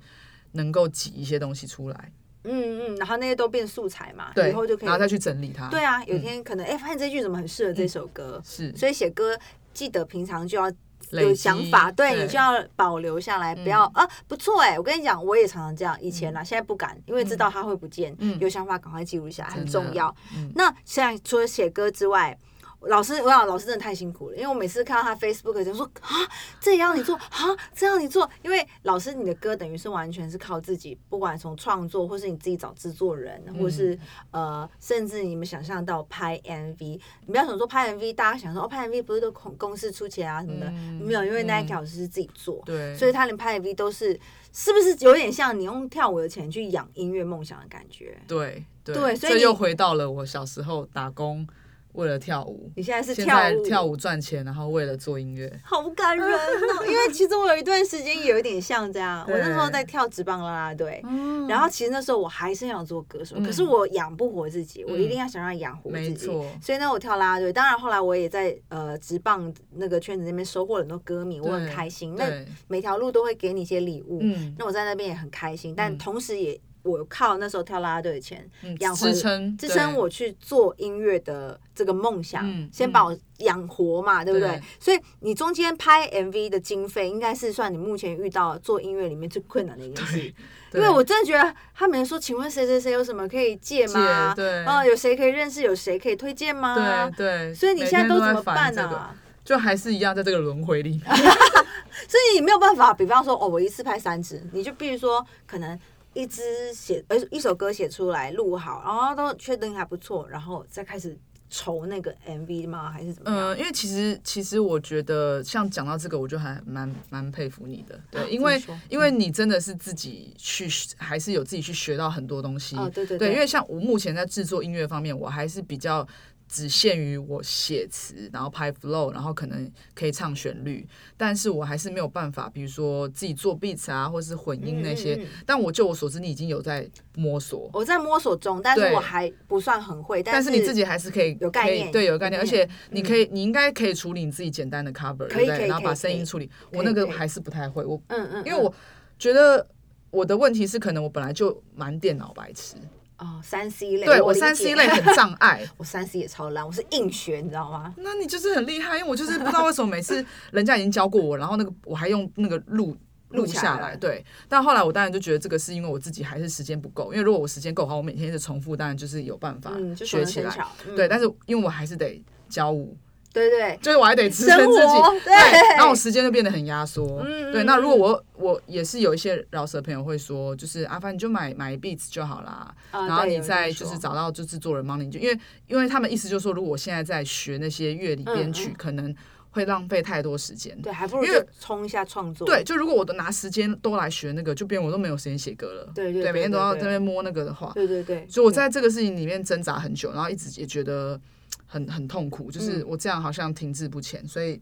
S2: 能够挤一些东西出来，
S1: 嗯嗯，然后那些都变素材嘛，
S2: 对，
S1: 以后就可以
S2: 然后嗯再去整理它。
S1: 对，啊，有一天可能哎、发现这句怎么很适合这首歌，
S2: 是
S1: 所以写歌记得平常就要
S2: 累
S1: 有
S2: 积
S1: 想法，对
S2: 对嗯
S1: 你就要保留下来，不要、啊，不错哎、我跟你讲，我也常常这样，以前啦，现在不敢，因为知道它会不见，
S2: 嗯
S1: 有想法赶快记录下来，很
S2: 真的
S1: 重要。
S2: 嗯
S1: 那现在除了写歌之外。老师，我想老师真的太辛苦了，因为我每次看到他 Facebook 就说啊，这也要你做啊，这要你做，因为老师你的歌等于是完全是靠自己，不管从创作或是你自己找制作人，
S2: 嗯
S1: 或是呃，甚至你们想象到拍 MV，你不要想说拍 MV，大家想说哦，拍 MV 不是都公公司出钱啊什么的，
S2: 嗯
S1: 没有，因为
S2: 嗯
S1: 那一个老师是自己做，
S2: 对，
S1: 所以他连拍 MV 都是是不是有点像你用跳舞的钱去养音乐梦想的感觉？
S2: 对对
S1: 对所以
S2: 这
S1: 你
S2: 又回到了我小时候打工为了跳舞，
S1: 你现在是
S2: 现
S1: 跳
S2: 在
S1: 舞，
S2: 跳舞赚钱，然后为了做音乐。
S1: 好感人哦！ 因为其实我有一段时间也有点像这样，我
S2: 对
S1: 那时候在跳职棒啦啦队，
S2: 嗯
S1: 然后其实那时候我还是想做歌手，
S2: 嗯
S1: 可是我养不活自己，我一定要想让养活自
S2: 没
S1: 己。
S2: 错
S1: 所以呢，我跳啦啦队，当然后来我也在呃职棒那个圈子那边收获了很多歌迷，我很
S2: 对
S1: 开心。那
S2: 对，
S1: 每条路都会给你一些礼物，
S2: 嗯
S1: 那我在那边也很开心，但
S2: 嗯
S1: 同时也我靠那时候跳啦啦队的钱
S2: 嗯
S1: 养活
S2: 支撑
S1: 支撑
S2: 对
S1: 我去做音乐的这个梦想，
S2: 嗯
S1: 先把我养活嘛，对不对
S2: 对？
S1: 所以你中间拍 MV 的经费，应该是算你目前遇到做音乐里面最困难的一件事，因
S2: 对
S1: 为我真的觉得他们说，请问谁谁谁有什么可以借吗？
S2: 借对
S1: 哦，有谁可以认识？有谁可以推荐吗
S2: 对？对，
S1: 所以你
S2: 每
S1: 现在
S2: 天
S1: 都
S2: 都
S1: 怎
S2: 在
S1: 么
S2: 烦
S1: 办啊
S2: 这
S1: 呢、
S2: 个就还是一样在这个轮回里面。
S1: 所以你没有办法，比方说，哦，我一次拍三支，你就必须说，可能一支写，呃，一首歌写出来录好，然后都确定还不错，然后再开始筹那个 MV 吗？还是怎么样？
S2: 嗯，因为其实其实我觉得，像讲到这个，我就还蛮蛮佩服你的，对，因为
S1: 怎啊么说嗯
S2: 因为你真的是自己去，还是有自己去学到很多东西，
S1: 哦对对对
S2: 对，因为像我目前在制作音乐方面，我还是比较。只限于我写词，然后拍 flow，然后可能可以唱旋律，但是我还是没有办法，比如说自己做 beats 啊，或是混音那些。
S1: 嗯嗯嗯
S2: 但我就我所知，你已经有在摸索，
S1: 我在摸索中，但是
S2: 对
S1: 我还不算很会，
S2: 但
S1: 是
S2: 是你自己还是可以
S1: 有概
S2: 可以
S1: 念
S2: 对，有概念，
S1: 有
S2: 而
S1: 概念嗯
S2: 且你可以，你应该可以处理你自己简单的 cover，
S1: 可以
S2: 对不
S1: 可
S2: 对？
S1: 以
S2: 然后
S1: 可
S2: 把
S1: 以
S2: 声
S1: 可以
S2: 音处理。
S1: 可
S2: 我
S1: 以
S2: 那个
S1: 可以
S2: 还是不太会，我
S1: 嗯嗯，
S2: 因为我觉得我的问题是，可能我本来就蛮电脑白痴，
S1: 嗯哦三 C 类，
S2: 对我
S1: 理解
S2: 三 C 类，很障碍。
S1: 我三 C 也超烂，我是硬学，你知道吗？
S2: 那你就是很厉害，因为我就是不知道为什么每次 人家已经教过我，然后那个我还用那个录。
S1: 录
S2: 录
S1: 下
S2: 下
S1: 来
S2: 来，对。但后来我当然就觉得这个是因为我自己还是时间不够，因为如果我时间够的话，我每天一直重复，当然就是有办法
S1: 嗯，就熟
S2: 学
S1: 能
S2: 起
S1: 生
S2: 来。
S1: 巧，嗯
S2: 对，但是因为我还是得教舞、
S1: 对对，
S2: 就是我还得支撑自
S1: 生活
S2: 己，
S1: 对
S2: 然后我时间就变得很压缩，
S1: 嗯
S2: 对。
S1: 嗯
S2: 那如果我我也是有一些饶舌朋友会说，就是阿凡你就买买 beats 就好啦，
S1: 啊
S2: 然后
S1: 对
S2: 你
S1: 有人
S2: 再
S1: 说
S2: 就是找到就制作人帮你，就因为因为他们意思就是说，如果我现在在学那些乐理编
S1: 嗯
S2: 曲，
S1: 嗯
S2: 可能会浪费太多时间。
S1: 对，还不如
S2: 因为
S1: 就冲一下创作。
S2: 对，就如果我都拿时间都来学那个，就变我都没有时间写歌了。
S1: 对对对
S2: 每天都要
S1: 对
S2: 在那边摸那个的话，
S1: 对对对，
S2: 所以我
S1: 嗯
S2: 在这个事情里面挣扎很久，然后一直也觉得嘖很很痛苦，
S1: 嗯
S2: 就是我这样好像停滞不前，所以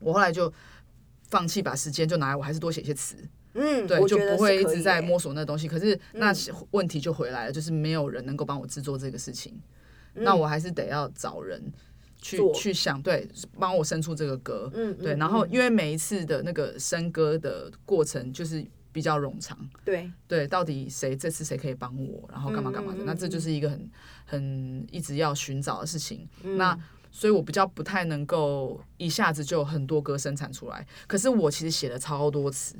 S2: 我后来就放弃把时间就拿来，我还是多写一些词，
S1: 嗯，
S2: 对，
S1: 我
S2: 就
S1: 觉得
S2: 不
S1: 是
S2: 会一
S1: 可
S2: 直
S1: 以嗯
S2: 在
S1: 欸
S2: 摸索那东西。可是那问题就回来了，就是没有人能够帮我制作这个事情，那我还是得要找人
S1: 嗯
S2: 去
S1: 做
S2: 去想，对，帮我生出这个歌，
S1: 嗯，
S2: 对，
S1: 嗯
S2: 然后
S1: 嗯
S2: 因为每一次的那个生歌的过程就是比较冗长，
S1: 对
S2: 对，到底谁这次谁可以帮我，然后干嘛干嘛
S1: 嗯
S2: 的，
S1: 嗯嗯
S2: 那这就是一个很很一直要寻找的事情。
S1: 嗯
S2: 那所以我比较不太能够一下子就有很多歌生产出来，可是我其实写了超多词，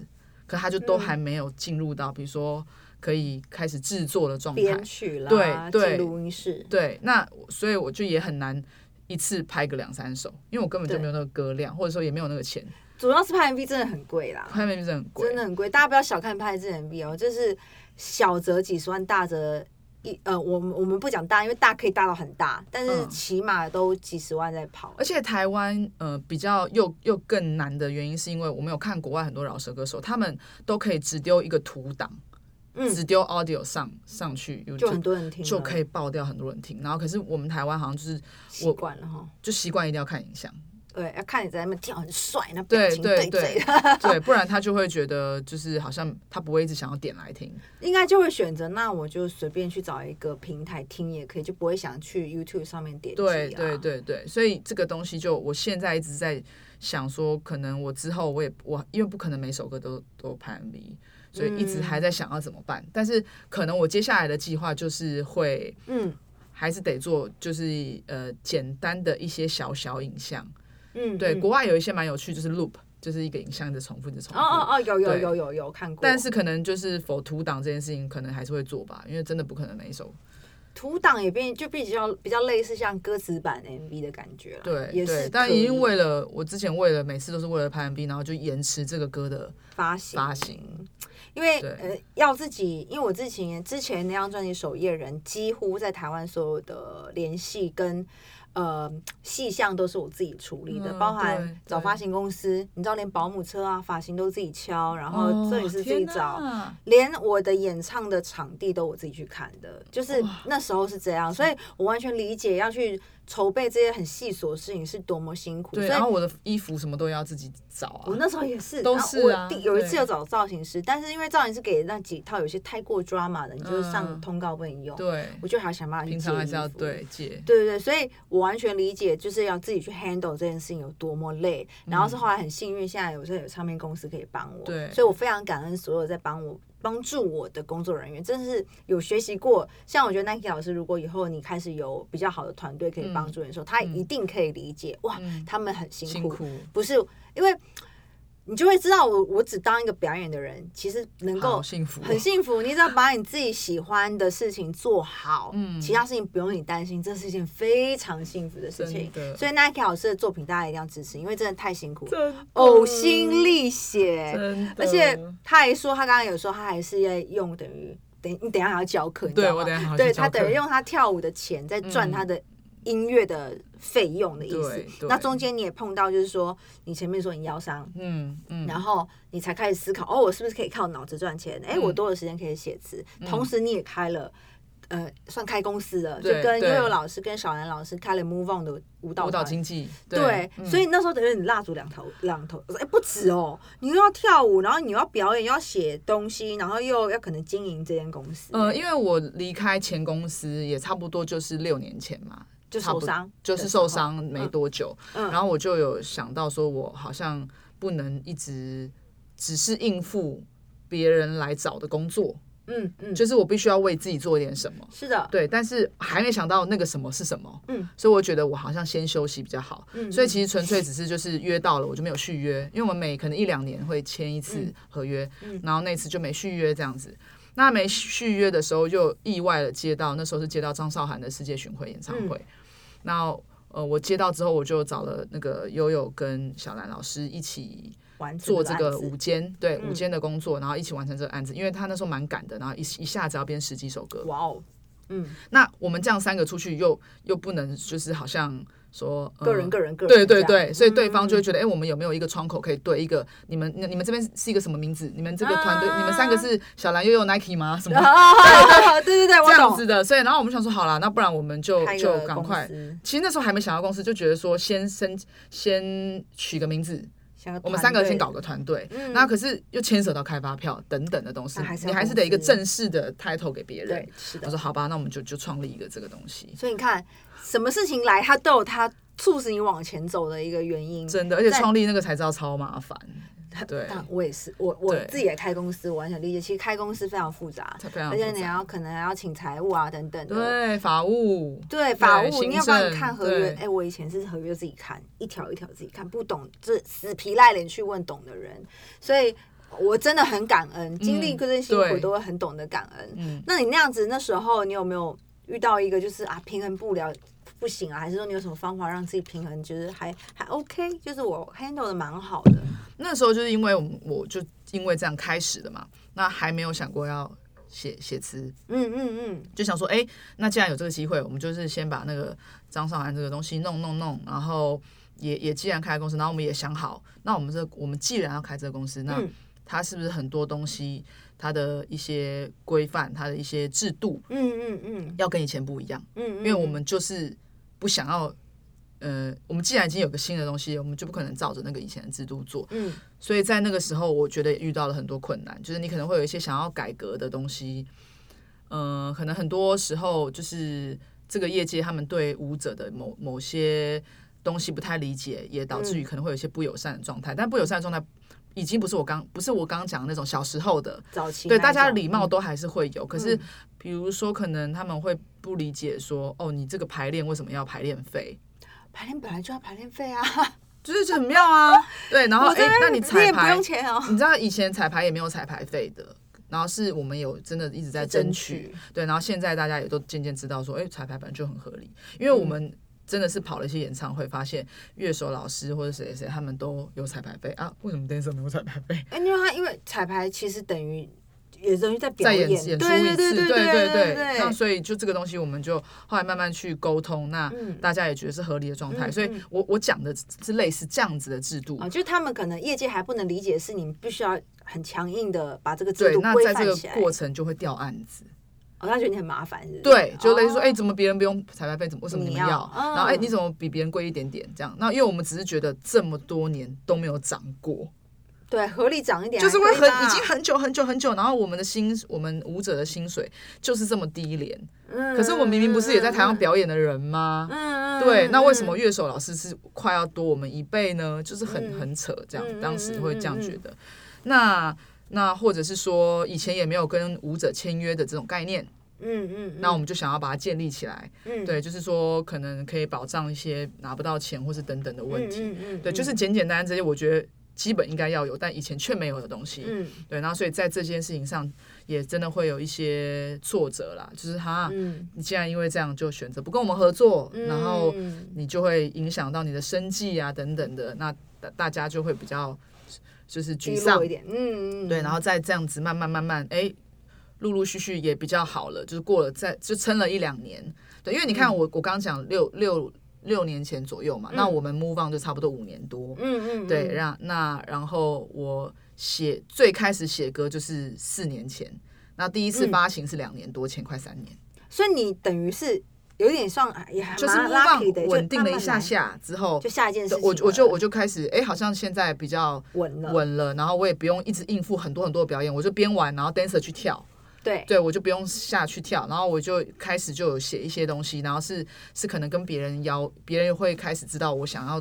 S2: 可它就都
S1: 嗯
S2: 还没有进入到比如说可以开始制作的状态
S1: 编。曲啦，
S2: 对对
S1: 进录音室，
S2: 对，那我所以我就也很难一次拍个两三首，因为我根本就
S1: 对
S2: 没有那个歌量，或者说也没有那个钱，
S1: 主要是拍 MV 真的很贵啦，
S2: 拍 MV 真的很贵
S1: 真。的很贵，大家不要小看拍这 MV 哦，就是小则几十万，大则一呃，我们我们不讲大，因为大可以大到很大，但是
S2: 嗯
S1: 起码都几十万在跑。
S2: 而且台湾呃比较又又更难的原因，是因为我们有看国外很多饶舌歌手，他们都可以只丢一个图档，
S1: 嗯
S2: 只丢 audio 上上去
S1: 就很
S2: YouTube
S1: 多人听了，
S2: 就可以爆掉很多人听。然后可是我们台湾好像就是
S1: 习惯了哈。
S2: 就习惯一定要看影像，
S1: 对，要看你在那边跳很帅，那表
S2: 对
S1: 情
S2: 对
S1: 对
S2: 对
S1: 嘴，
S2: 对，不然他就会觉得就是好像他不会一直想要点来听。
S1: 应该就会选择，那我就随便去找一个平台听也可以，就不会想去 YouTube 上面点击、啊。
S2: 对对，对对，所以这个东西就我现在一直在想说，可能我之后我也我因为不可能每首歌都都拍 MV，所以一直
S1: 嗯
S2: 还在想要怎么办。但是可能我接下来的计划就是会
S1: 嗯
S2: 还是得做，就是呃简单的一些小小影像。
S1: 嗯，
S2: 对，
S1: 嗯
S2: 国外有一些蛮有趣，就是 loop，就是一个影像一直重复一直重复。
S1: 哦哦哦，有有
S2: 对
S1: 有有有看过，
S2: 但是可能就是否图档这件事情，可能还是会做吧，因为真的不可能每一首
S1: 图档也变就比较比较类似像歌词版 MV 的感觉了，
S2: 对
S1: 也
S2: 对
S1: 是，
S2: 但
S1: 可
S2: 已
S1: 以
S2: 经为了我之前为了每次都是为了拍 MV，然后就延迟这个歌的
S1: 发行
S2: 发行。
S1: 因为
S2: 对
S1: 呃要自己，因为我之前之前那张专辑《守夜人》几乎在台湾所有的联系跟呃细项都是我自己处理的，
S2: 嗯
S1: 包
S2: 对
S1: 含找
S2: 对
S1: 发行公司，你知道连保姆车啊、发型都自己敲，然后摄影师自己
S2: 哦天
S1: 找。
S2: 哪
S1: 连我的演唱的场地都我自己去看的，就是
S2: 哇
S1: 那时候是这样，所以我完全理解要去筹备这些很细琐的事情是多么辛苦。所
S2: 对，
S1: 以
S2: 然后我的衣服什么都要自己找
S1: 我
S2: 啊。
S1: 那时候也是，
S2: 都
S1: 然后
S2: 是啊
S1: 我第有一次
S2: 对
S1: 有找造型师，但是因为造型师给那几套有些太过 drama 的，你就是上
S2: 嗯
S1: 通告不能用，
S2: 对，
S1: 我就还要想办法去
S2: 平
S1: 借
S2: 常还是要
S1: 衣服
S2: 对借。
S1: 对对对，所以我完全理解，就是要自己去 handle 这件事情有多么累。然后是后来很幸运，现在有时候有唱片公司可以帮我，
S2: 嗯对
S1: 所以我非常感恩所有在帮我。帮助我的工作人员真的是有学习过，像我觉得 Nike 老师，如果以后你开始有比较好的团队可以帮助你的时候，他一定可以理解。哇，
S2: 嗯
S1: 他们很辛
S2: 辛苦，
S1: 不是因为你就会知道我，我只当一个表演的人，其实能够
S2: 好幸福哦，
S1: 很幸福。你只要把你自己喜欢的事情做好，
S2: 嗯
S1: 其他事情不用你担心，这是一件非常幸福的事情
S2: 真。的
S1: 所以 Nike 老师的作品大家一定要支持，因为真的太辛苦了，
S2: 真的
S1: 呕心沥血。
S2: 哦真的
S1: 而且他还说，他刚刚有说他还是要用等于等你等一下还要教课，你知
S2: 对
S1: 道吗
S2: 我等一下还要去
S1: 对
S2: 教
S1: 他等
S2: 课
S1: 于用他跳舞的钱在赚
S2: 嗯
S1: 他的音乐的费用的意思
S2: 对。对
S1: 那中间你也碰到，就是说你前面说你腰伤。
S2: 嗯嗯，
S1: 然后你才开始思考，哦，我是不是可以靠脑子赚钱？
S2: 嗯
S1: 哎，我多的时间可以写词，同时你也开了，呃，算开公司了，就
S2: 对
S1: 跟悠
S2: 对
S1: 悠老师跟小兰老师开了 Move On 的舞蹈
S2: 舞蹈嗯
S1: 团
S2: 经济
S1: 对，所以那时候等于你蜡烛两头两头，哎、不止哦，你又要跳舞，然后你又要表演，又要写东西，然后又要可能经营这间公司，
S2: 呃，因为我离开前公司也差不多就是六年前嘛，
S1: 就
S2: 差
S1: 受
S2: 不多
S1: 伤，
S2: 就是受，伤没多久，
S1: 嗯
S2: 然后我就有想到说，我好像不能一直只是应付别人来找的工作，
S1: 嗯嗯，
S2: 就是我必须要为自己做一点什么。
S1: 是的，
S2: 对，但是还没想到那个什么是什么，
S1: 嗯，
S2: 所以我觉得我好像先休息比较好，
S1: 嗯
S2: 所以其实纯粹只是就是约到了我就没有续约，因为我们每可能一两年会签一次合约，
S1: 嗯
S2: 然后那次就没续约这样子。那没续约
S1: 嗯
S2: 的时候，又意外的接到那时候是接到张韶涵的世界巡回演唱会，那呃，我接到之后，我就找了那个悠悠跟小兰老师一起
S1: 完成
S2: 做这个
S1: 案子
S2: 午间，对
S1: 嗯
S2: 午间的工作，然后一起完成这个案子。因为他那时候蛮赶的，然后一一下子要编十几首歌。
S1: 哇哦，嗯，
S2: 那我们这样三个出去又，又不能就是好像说、呃
S1: 个人个人个人这
S2: 对
S1: 样，
S2: 对对，所以对
S1: 嗯
S2: 方就会觉得，哎、我们有没有一个窗口可以对一个你们你你们这边是一个什么名字？你们这个团队，
S1: 啊
S2: 你们三个是小蓝悠悠 Nike 吗？什 么
S1: 啊，对对对，我
S2: 这样
S1: 懂。
S2: 子的？所以然后我们想说，好啦，那不然我们就
S1: 开
S2: 就
S1: 个
S2: 赶
S1: 公
S2: 快。
S1: 司，
S2: 其实那时候还没想到公司，就觉得说先申先取个名字，
S1: 想
S2: 我们三个
S1: 团队
S2: 先搞个团队。
S1: 嗯
S2: 那可是又牵扯到开发票等等的东西
S1: 那还，是要
S2: 你还是
S1: 公
S2: 得一个
S1: 司
S2: 正式的 title 给别人
S1: 对。，是
S2: 我
S1: 的。
S2: 说好吧，那我们就就创立一个这个东西，
S1: 所以你看，什么事情来，它都有它促使你往前走的一个原因。
S2: 真的，而且
S1: 在
S2: 创立那个才知道超麻烦，对，
S1: 但我也是，我我
S2: 对
S1: 自己也开公司，我完全理解。其实开公司非常复杂，
S2: 才非常
S1: 而且你
S2: 复杂。
S1: 要可能还要请财务啊等等的。
S2: 对法务，
S1: 对法
S2: 对
S1: 务，你
S2: 行
S1: 要帮你
S2: 政
S1: 看合约。
S2: 对
S1: 哎、我以前是合约自己看，一条一条自己看，不懂这死皮赖脸去问懂的人，所以我真的很感恩，经历过这些辛苦
S2: 嗯对
S1: 都会很懂得感恩。
S2: 嗯
S1: 那你那样子那时候，你有没有遇到一个就是啊平衡不了不行啊，还是说你有什么方法让自己平衡，就是还还 OK，就是我 handle 的蛮好的。
S2: 那时候就是因为我们我就因为这样开始的嘛，那还没有想过要写写词，
S1: 嗯嗯
S2: 就想说，哎、那既然有这个机会，我们就是先把那个张韶涵这个东西弄弄弄，然后也也既然开了公司，然后我们也想好，那我们这我们既然要开这个公司，
S1: 嗯
S2: 那
S1: 嗯
S2: 它是不是很多东西，它的一些规范，它的一些制度
S1: 嗯嗯嗯
S2: 要跟以前不一样？
S1: 嗯，因
S2: 因为我们就是不想要，呃，我们既然已经有个新的东西，我们就不可能照着那个以前的制度做。
S1: 嗯
S2: 所以在那个时候，我觉得也遇到了很多困难，就是你可能会有一些想要改革的东西，呃，可能很多时候就是这个业界他们对舞者的某某些东西不太理解，也导
S1: 嗯
S2: 致于可能会有一些不友善的状态。但不友善的状态已经不是我刚不是我刚刚讲的那种小时候的，
S1: 早期
S2: 对
S1: 那一
S2: 大家的
S1: 种
S2: 礼貌
S1: 嗯
S2: 都还是会有。可是
S1: 嗯
S2: 比如说，可能他们会不理解说，哦，你这个排练为什么要排练费？
S1: 排练本来就要排练费啊，
S2: 就是就很妙啊，对，然后
S1: 我
S2: 哎、
S1: 这边
S2: 那你彩
S1: 练不
S2: 排
S1: 用钱哦，
S2: 你知道以前彩排也没有彩排费的，然后是我们有真的一直在争取，对，然后现在大家也都渐渐知道说，哎、彩排本来就很合理，因为我们真的是跑了一些演唱会，发现乐手老师或者谁谁他们都有彩排费啊，为什么 dancer 没有彩排费？
S1: 哎，因为他因为彩排其实等于也等于在表
S2: 再
S1: 演，
S2: 演演出
S1: 对
S2: 一
S1: 对对
S2: 次，
S1: 对
S2: 对
S1: 对
S2: 那所以就这个东西，我们就后来慢慢去沟通，那
S1: 嗯
S2: 大家也觉得是合理的状态，
S1: 嗯
S2: 所以
S1: 嗯
S2: 我我讲的是类似这样子的制度，
S1: 啊，就是他们可能业界还不能理解，是你必须要很强硬的把这个制
S2: 对，
S1: 度
S2: 那
S1: 规
S2: 在这
S1: 范
S2: 个
S1: 起来。
S2: 过程就会掉案子。
S1: 哦，他觉得你很麻烦，是不是？
S2: 对，就类似
S1: 哦
S2: 说，哎、怎么别人不用彩排费，怎么为什么你
S1: 你
S2: 们
S1: 要
S2: 要？
S1: 嗯
S2: 然后哎、你怎么比别人贵一点点？这样，那因为我们只是觉得这么多年都没有涨过，
S1: 对，合理涨一点，
S2: 就是
S1: 还可
S2: 会很
S1: 以吧
S2: 已经很久很久很久，然后我们的薪，我们舞者的薪水就是这么低廉。
S1: 嗯
S2: 可是我明明不是也在台上，表演的人吗？
S1: 嗯嗯嗯嗯
S2: 对，那为
S1: 嗯
S2: 什么乐手老师是快要多我们一倍呢？就是很
S1: 嗯
S2: 很扯，这
S1: 嗯嗯
S2: 样当时会这样觉
S1: 嗯
S2: 得。那那或者是说，以前也没有跟舞者签约的这种概念，
S1: 嗯嗯，
S2: 那我们就想要把它建立起来。
S1: 嗯
S2: 对，就是说可能可以保障一些拿不到钱或是等等的问题。
S1: 嗯嗯，
S2: 对，就是简简单单这些，我觉得基本应该要有，但以前却没有的东西。
S1: 嗯
S2: 对，然后所以在这件事情上也真的会有一些挫折啦，就是哈，
S1: 嗯，
S2: 你既然因为这样就选择不跟我们合作，
S1: 嗯
S2: 然后
S1: 嗯
S2: 你就会影响到你的生计啊等等的，那大大家就会比较就是沮
S1: 低
S2: 丧
S1: 落一，点，嗯嗯，
S2: 对，然后再这样子慢慢慢慢，哎、陆陆续续也比较好了，就是过了再就撑了一两年，对，因为你
S1: 嗯
S2: 看我、我刚讲六六六年前左右嘛，那我们 move on 就差不多五年多，
S1: 嗯嗯，
S2: 对，
S1: 嗯，
S2: 让那然后我写最开始写歌就是四年前，那第一次
S1: 嗯
S2: 发行是两年多前，快三年，
S1: 所以你等于是有点算也还
S2: 就是 move
S1: 啊蛮 lucky 的，
S2: on
S1: 就
S2: 稳定
S1: 慢
S2: 了一
S1: 慢
S2: 下
S1: 来，
S2: 下之后
S1: 就。下一件事
S2: 对
S1: 情了，
S2: 我我就我就开始哎、好像现在比较
S1: 稳了，
S2: 稳了，然后我也不用一直应付很多很多的表演，我就边玩然后 dancer 去跳，
S1: 对，
S2: 对我就不用下去跳，然后我就开始就有写一些东西，然后是是可能跟别人邀，别人会开始知道我想要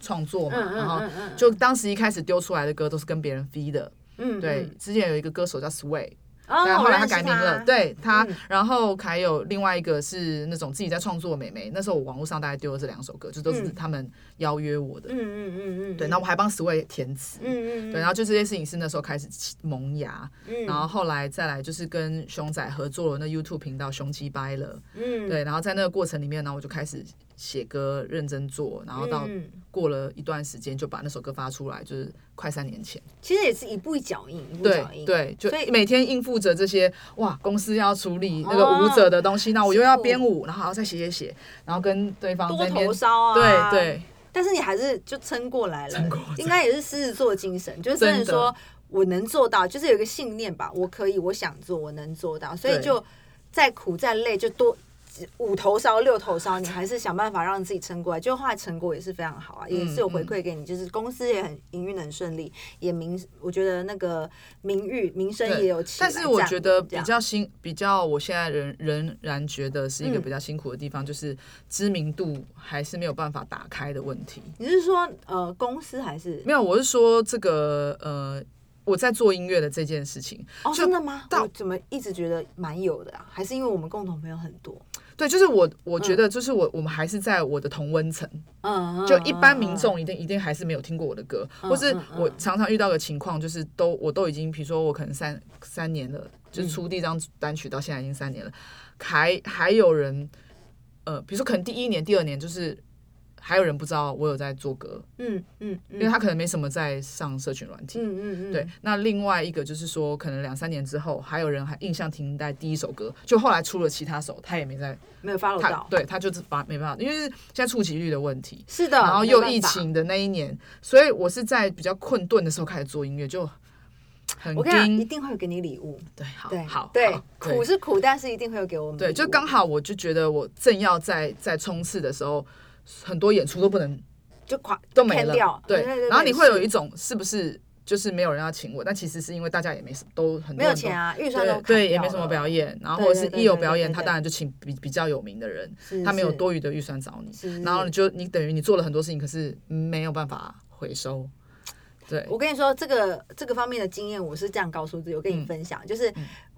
S2: 创作嘛，
S1: 嗯嗯
S2: 然后
S1: 嗯嗯
S2: 就当时一开始丢出来的歌都是跟别人 f 的，
S1: 嗯
S2: 对，，之前有一个歌手叫 Sway，
S1: 哦，
S2: 但后来
S1: 我
S2: 他
S1: 认识
S2: 改名了，
S1: 他，
S2: 对他
S1: 嗯，
S2: 然后还有另外一个是那种自己在创作美眉，那时候我网络上大概丢了这两首歌，就都是
S1: 嗯
S2: 他们邀约我的，
S1: 嗯嗯嗯嗯，
S2: 对，那我还帮 Sway 填词，
S1: 嗯嗯，
S2: 对，然后就这些事情是那时候开始起萌芽，
S1: 嗯
S2: 然后后来再来就是跟熊仔合作了那 YouTube 频道“熊鸡掰了”，
S1: 嗯，
S2: 对，然后在那个过程里面呢，我就开始写歌、认真做，然后到
S1: 嗯
S2: 过了一段时间就把那首歌发出来，就是快三年前。
S1: 其实也是一步一脚印，一步一脚
S2: 对
S1: 印。
S2: 对，就
S1: 所以
S2: 每天应付着这些哇，公司要处理那
S1: 哦
S2: 个舞者的东西，那我又要编舞，然后还要再写写写，然后跟对方
S1: 多
S2: 在那边
S1: 头烧啊，
S2: 对。对，
S1: 但是你还是就撑过来了，
S2: 撑过来
S1: 应该也是狮子座精神，就是真的
S2: 真的
S1: 说我能做到，就是有一个信念吧，我可以，我想做，我能做到，所以
S2: 对
S1: 就再苦再累，就多五头烧六头烧，你还是想办法让自己撑过来。就后来成果也是非常好啊，
S2: 嗯
S1: 也是有回馈给你，就是公司也很营运很顺利，也名我觉得那个名誉名声
S2: 对
S1: 也有起来。
S2: 但是我觉得
S1: 这
S2: 比
S1: 样
S2: 较辛，比较我现在仍仍然觉得是一个
S1: 嗯
S2: 比较辛苦的地方，就是知名度还是没有办法打开的问题。
S1: 你是说呃公司还是
S2: 没有，我是说这个呃，我在做音乐的这件事情，
S1: 哦
S2: 就
S1: 真的吗？
S2: 到
S1: 我怎么一直觉得蛮有的啊？还是因为我们共同朋友很多？
S2: 对，就是我我觉得就是我、我们还是在我的同温层，
S1: 嗯，
S2: 就一般民
S1: 嗯
S2: 众一定一定还是没有听过我的歌，
S1: 嗯
S2: 或是
S1: 嗯嗯
S2: 我常常遇到的情况就是都我都已经，比如说我可能三三年了，
S1: 嗯
S2: 就是出第一张单曲到现在已经三年了，还还有人，呃，比如说可能第一年、第二年就是还有人不知道我有在做歌，
S1: 嗯嗯
S2: 因为
S1: 嗯
S2: 他可能没什么在上社群软体。
S1: 嗯嗯，
S2: 对，那另外一个就是说，可能两三年之后，还有人还印象停在第一首歌，就后来出了其他首，他也没在，
S1: 没有 follow
S2: 他
S1: 哦到，
S2: 对他就是把没办法，因为现在触及率的问题，
S1: 是的，
S2: 然后
S1: 没
S2: 又
S1: 办
S2: 疫
S1: 法。
S2: 情的那一年，所以我是在比较困顿的时候开始做音乐，就很
S1: 我跟你讲，一
S2: 惊。
S1: 定会有给你礼物，
S2: 对，好
S1: 对，，
S2: 哦好，
S1: 对
S2: 好，
S1: 苦
S2: 对
S1: 是苦，但是一定会有给我们礼物。
S2: 对，就刚好我就觉得我正要在在冲刺的时候，很多演出都不能
S1: 就垮
S2: 都没
S1: cancel 掉
S2: 了，
S1: 对对对
S2: 然后你会有
S1: 是
S2: 一种是不是就是没有人要请我，但其实是因为大家也没什都很
S1: 没
S2: 多
S1: 有
S2: 人
S1: 钱
S2: 都。
S1: 啊，预算都
S2: 对
S1: 砍
S2: 对，也
S1: 掉
S2: 没什么
S1: 了
S2: 表演，然后
S1: 对
S2: 或者
S1: 对
S2: 是
S1: 对
S2: 一有
S1: 对
S2: 表
S1: 对
S2: 演，
S1: 对
S2: 他
S1: 对
S2: 当然就请比比较有名的人，
S1: 是
S2: 他没有
S1: 是
S2: 多余的预算找你，
S1: 是
S2: 然后
S1: 是
S2: 你就你等于你做了很多事情，可是没有办法回收。对，
S1: 我跟你说，这个这个方面的经验，我是这样告诉自己，我跟你分
S2: 嗯
S1: 享，就是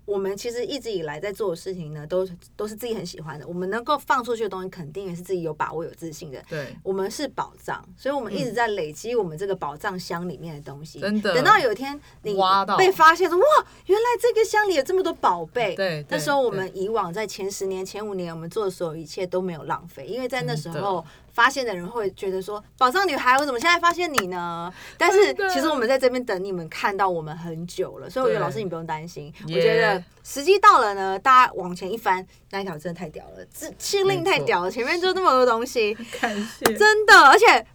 S1: 我们其实一直以来在做的事情呢，都都是自己很喜欢的，我们能够放出去的东西，肯定也是自己有把握、有自信的。
S2: 对，嗯
S1: 我们是宝藏，所以我们一直在累积我们这个宝藏箱里面的东西。
S2: 真的
S1: 等到有一天你
S2: 挖到
S1: 被发现说，哇，原来这个箱里有这么多宝贝。
S2: 对
S1: 那
S2: 对
S1: 时候我
S2: 对
S1: 们以往在前十年、前五年，我们做的所有一切都没有浪费，因为在那时
S2: 真的
S1: 候发现的人会觉得说，宝藏女孩，我怎么现在发现你呢？但是
S2: 真的
S1: 其实我们在这边等你们看到我们很久了，所以我觉得
S2: 对
S1: 老师你不用担心，我
S2: Yeah
S1: 觉得时机到了呢，大家往前一翻，那一条真的太屌了，这气令太
S2: 没错
S1: 屌了，前面就那么多东西。
S2: 感谢。
S1: 真的，而且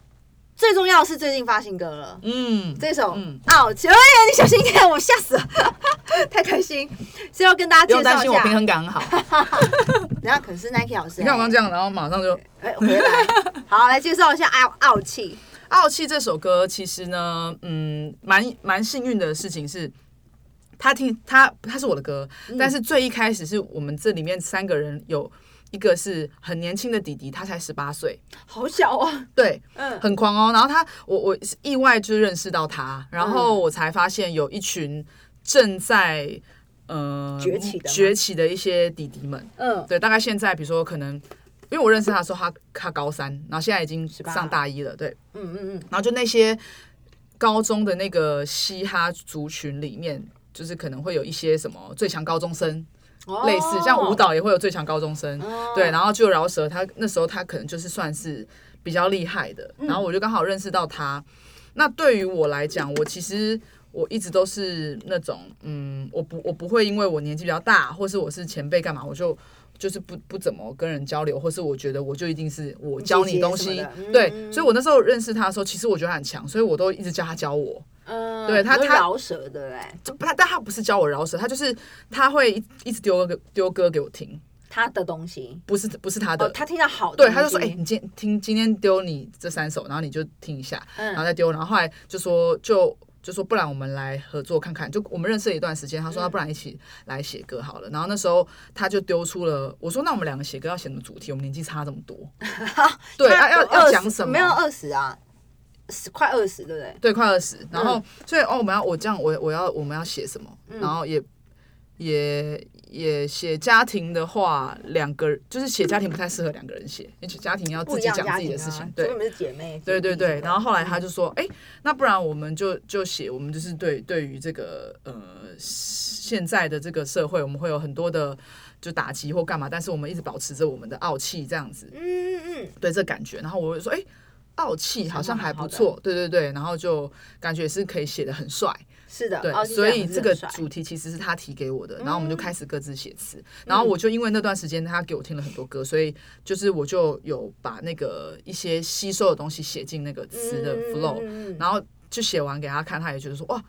S1: 最重要的是最近发新歌了，
S2: 嗯，
S1: 这首
S2: 嗯
S1: 《傲娇》，哎呀，你小心一点，我吓死了， 太开心，是要跟大家
S2: 不用
S1: 介
S2: 担
S1: 绍一
S2: 心，我
S1: 下
S2: 平。衡感很好。
S1: 然后可是 Nike 老师，
S2: 你看我刚
S1: 哎
S2: 这样，然后马上就。
S1: 哎，回来，好，来介绍一下《傲傲气
S2: 傲气这首歌，其实呢，嗯，蛮蛮幸运的事情是，他听他他是我的歌，
S1: 嗯
S2: 但是最一开始是我们这里面三个人有一个是很年轻的弟弟，他才十八岁，》，
S1: 好小哦，
S2: 对，
S1: 嗯
S2: 很狂哦。然后他，我我是意外就认识到他，然后
S1: 嗯
S2: 我才发现有一群正在呃
S1: 崛起的吗
S2: 崛起的一些弟弟们，
S1: 嗯，
S2: 对，大概现在比如说可能，因为我认识他的时候他他高三，然后现在已经
S1: 18
S2: 上大一了，对，
S1: 嗯嗯嗯，
S2: 然后就那些高中的那个嘻哈族群里面。就是可能会有一些什么最强高中生，
S1: 哦
S2: 类似像舞，蹈也会有最强高中生，
S1: 哦
S2: 对，，然后就饶舌，他那时候他可能就是算是比较厉害的，
S1: 嗯
S2: 然后我就刚好认识到他。那对于我来讲，我其实我一直都是那种，嗯，我不我不会因为我年纪比较大，或是我是前辈干嘛，我就。就是不不怎么跟人交流，或是我觉得我就一定是我教
S1: 姐
S2: 你
S1: 姐
S2: 东
S1: 什么
S2: 西
S1: 的，嗯
S2: 对，
S1: 嗯
S2: 所以我那时候认识他的时候，其实我觉得他很强，所以我都一直叫他教我，
S1: 嗯，
S2: 对他
S1: 有
S2: 他
S1: 饶舌的哎，
S2: 就他但他不是教我饶舌，他就是他会一一直丢歌丢歌给我听，
S1: 他的东西，
S2: 不是不是他的，
S1: 哦，他听到好的
S2: 对，
S1: 东西，
S2: 他就说，哎、你今天听今天丢你这三首，然后你就听一下，然后
S1: 嗯，
S2: 再丢，然后后来就说就就说不然我们来合作看看，就我们认识了一段时间，
S1: 嗯
S2: 他说那不然一起来写歌好了，然后那时候他就丢出了，我说那我们两个写歌要写什么主题？我们年纪差这 么多，对，
S1: 他
S2: 要要
S1: 二
S2: 要
S1: 十
S2: 讲什么？
S1: 没有二十啊，十快二十，对不对？
S2: 对，快二十。然
S1: 嗯
S2: 后、所以哦，我们要我这样，我我要我们要写什么？然后也也也写家庭的话，两个人就是写家庭不太适合两个 人写，因为家庭要
S1: 不
S2: 自
S1: 一
S2: 己
S1: 样
S2: 讲
S1: 家
S2: 自己
S1: 庭
S2: 的事情。
S1: 啊，
S2: 对
S1: 所以，你们是姐妹，
S2: 对对
S1: 姐弟什么
S2: 对，
S1: 的
S2: 然后后来他就说，哎、那不然我们就就写，我们就是对对于这个呃现在的这个社会，我们会有很多的就打击或干嘛，但是我们一直保持着我们的傲气这样子，
S1: 嗯嗯
S2: 对这感觉。然后我就说，哎、傲气好像还不
S1: 想法蛮
S2: 错，对对对，然后就感觉是可以写的很帅，
S1: 嗯，是的，
S2: 对，
S1: 哦是
S2: 所
S1: 样
S2: 以
S1: 是
S2: 这
S1: 很
S2: 个
S1: 帅嗯
S2: 主题其实是他提给我的，然后我们就开始各自写词，然后我就因为那段时间他给我听了很多歌，所以就是我就有把那个一些吸收的东西写进那个词的 flow，、
S1: 嗯嗯嗯嗯
S2: 然后就写完给他看，他也觉得说哇，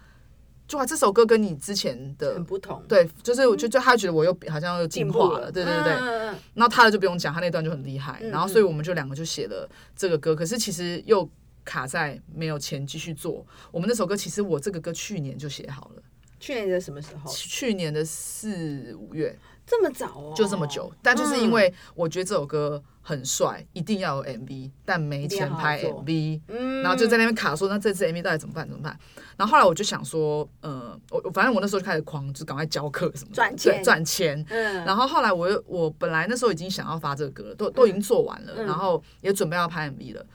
S2: 就啊这首歌跟你之前的
S1: 很。不同，
S2: 对，就是我就就他觉得我又好像又进
S1: 进
S2: 化
S1: 步
S2: 了，对对对，
S1: 嗯嗯嗯
S2: 然后他的就不用讲，他那段就很厉害。
S1: 嗯
S2: 然后所以我们就两个就写了这个歌，可是其实又卡在没有钱继续做。我们那首歌其实我这个歌去年就写好了，
S1: 去年的什么时候？
S2: 去年的四五月
S1: 这么早哦，
S2: 就这么久。但就是因为我觉得这首歌很帅，一定要有 MV，但没钱拍
S1: 一定要好好做
S2: MV。
S1: 嗯，
S2: 然后就在那边卡说，那这次 MV 到底怎么办？怎么办？然后后来我就想说，呃，我我反正我那时候就开始狂，就赶快教课什么的
S1: 赚
S2: 对
S1: 钱
S2: 赚钱，
S1: 嗯，
S2: 然后后来我又我本来那时候已经想要发这个歌了，都都已经做完了，
S1: 嗯
S2: 然后也准备要拍 MV 了，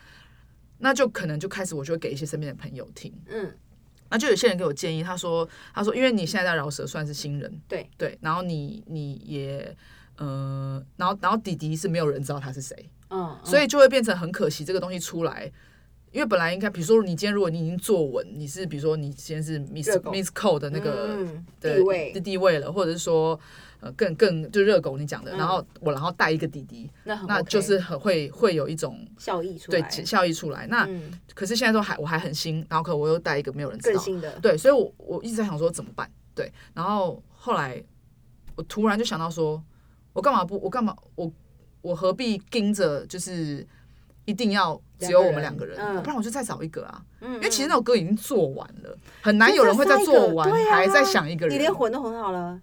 S2: 那就可能就开始我就会给一些身边的朋友听，
S1: 嗯
S2: 那就有些人给我建议，他说他说因为你现在在饶舌算是新人，
S1: 对
S2: 对，然后你你也呃，然后然后弟弟是没有人知道他是谁，
S1: 嗯，
S2: 所以就会变成很可惜这个东西出来。因为本来应该，比如说你今天如果你已经坐稳，你是比如说你今天是 Miss
S1: 热狗
S2: Miss Cole 的那个
S1: 嗯
S2: 的
S1: 地位
S2: 的，地位了，或者是说呃更更就热狗你讲的，然后我然后带一个弟弟，
S1: 那很
S2: 那
S1: 嗯哦 OK，
S2: 就是很会会有一种
S1: 效益出来，
S2: 对效益出来。那、
S1: 嗯，
S2: 可是现在都还我还很新，然后可我又带一个没有人知
S1: 更
S2: 道，
S1: 新的，
S2: 对，所以我我一直在想说怎么办，对，然后后来我突然就想到说，我干嘛不我干嘛我我何必盯着就是。一定要只有我们两个人，
S1: 两个人嗯
S2: 不然我就再找一个啊！
S1: 嗯，因
S2: 因为其实那首歌已经做完了，很难有人会再做完，
S1: 就再塞一个对啊
S2: 还在想一个人。
S1: 你连混都很好了，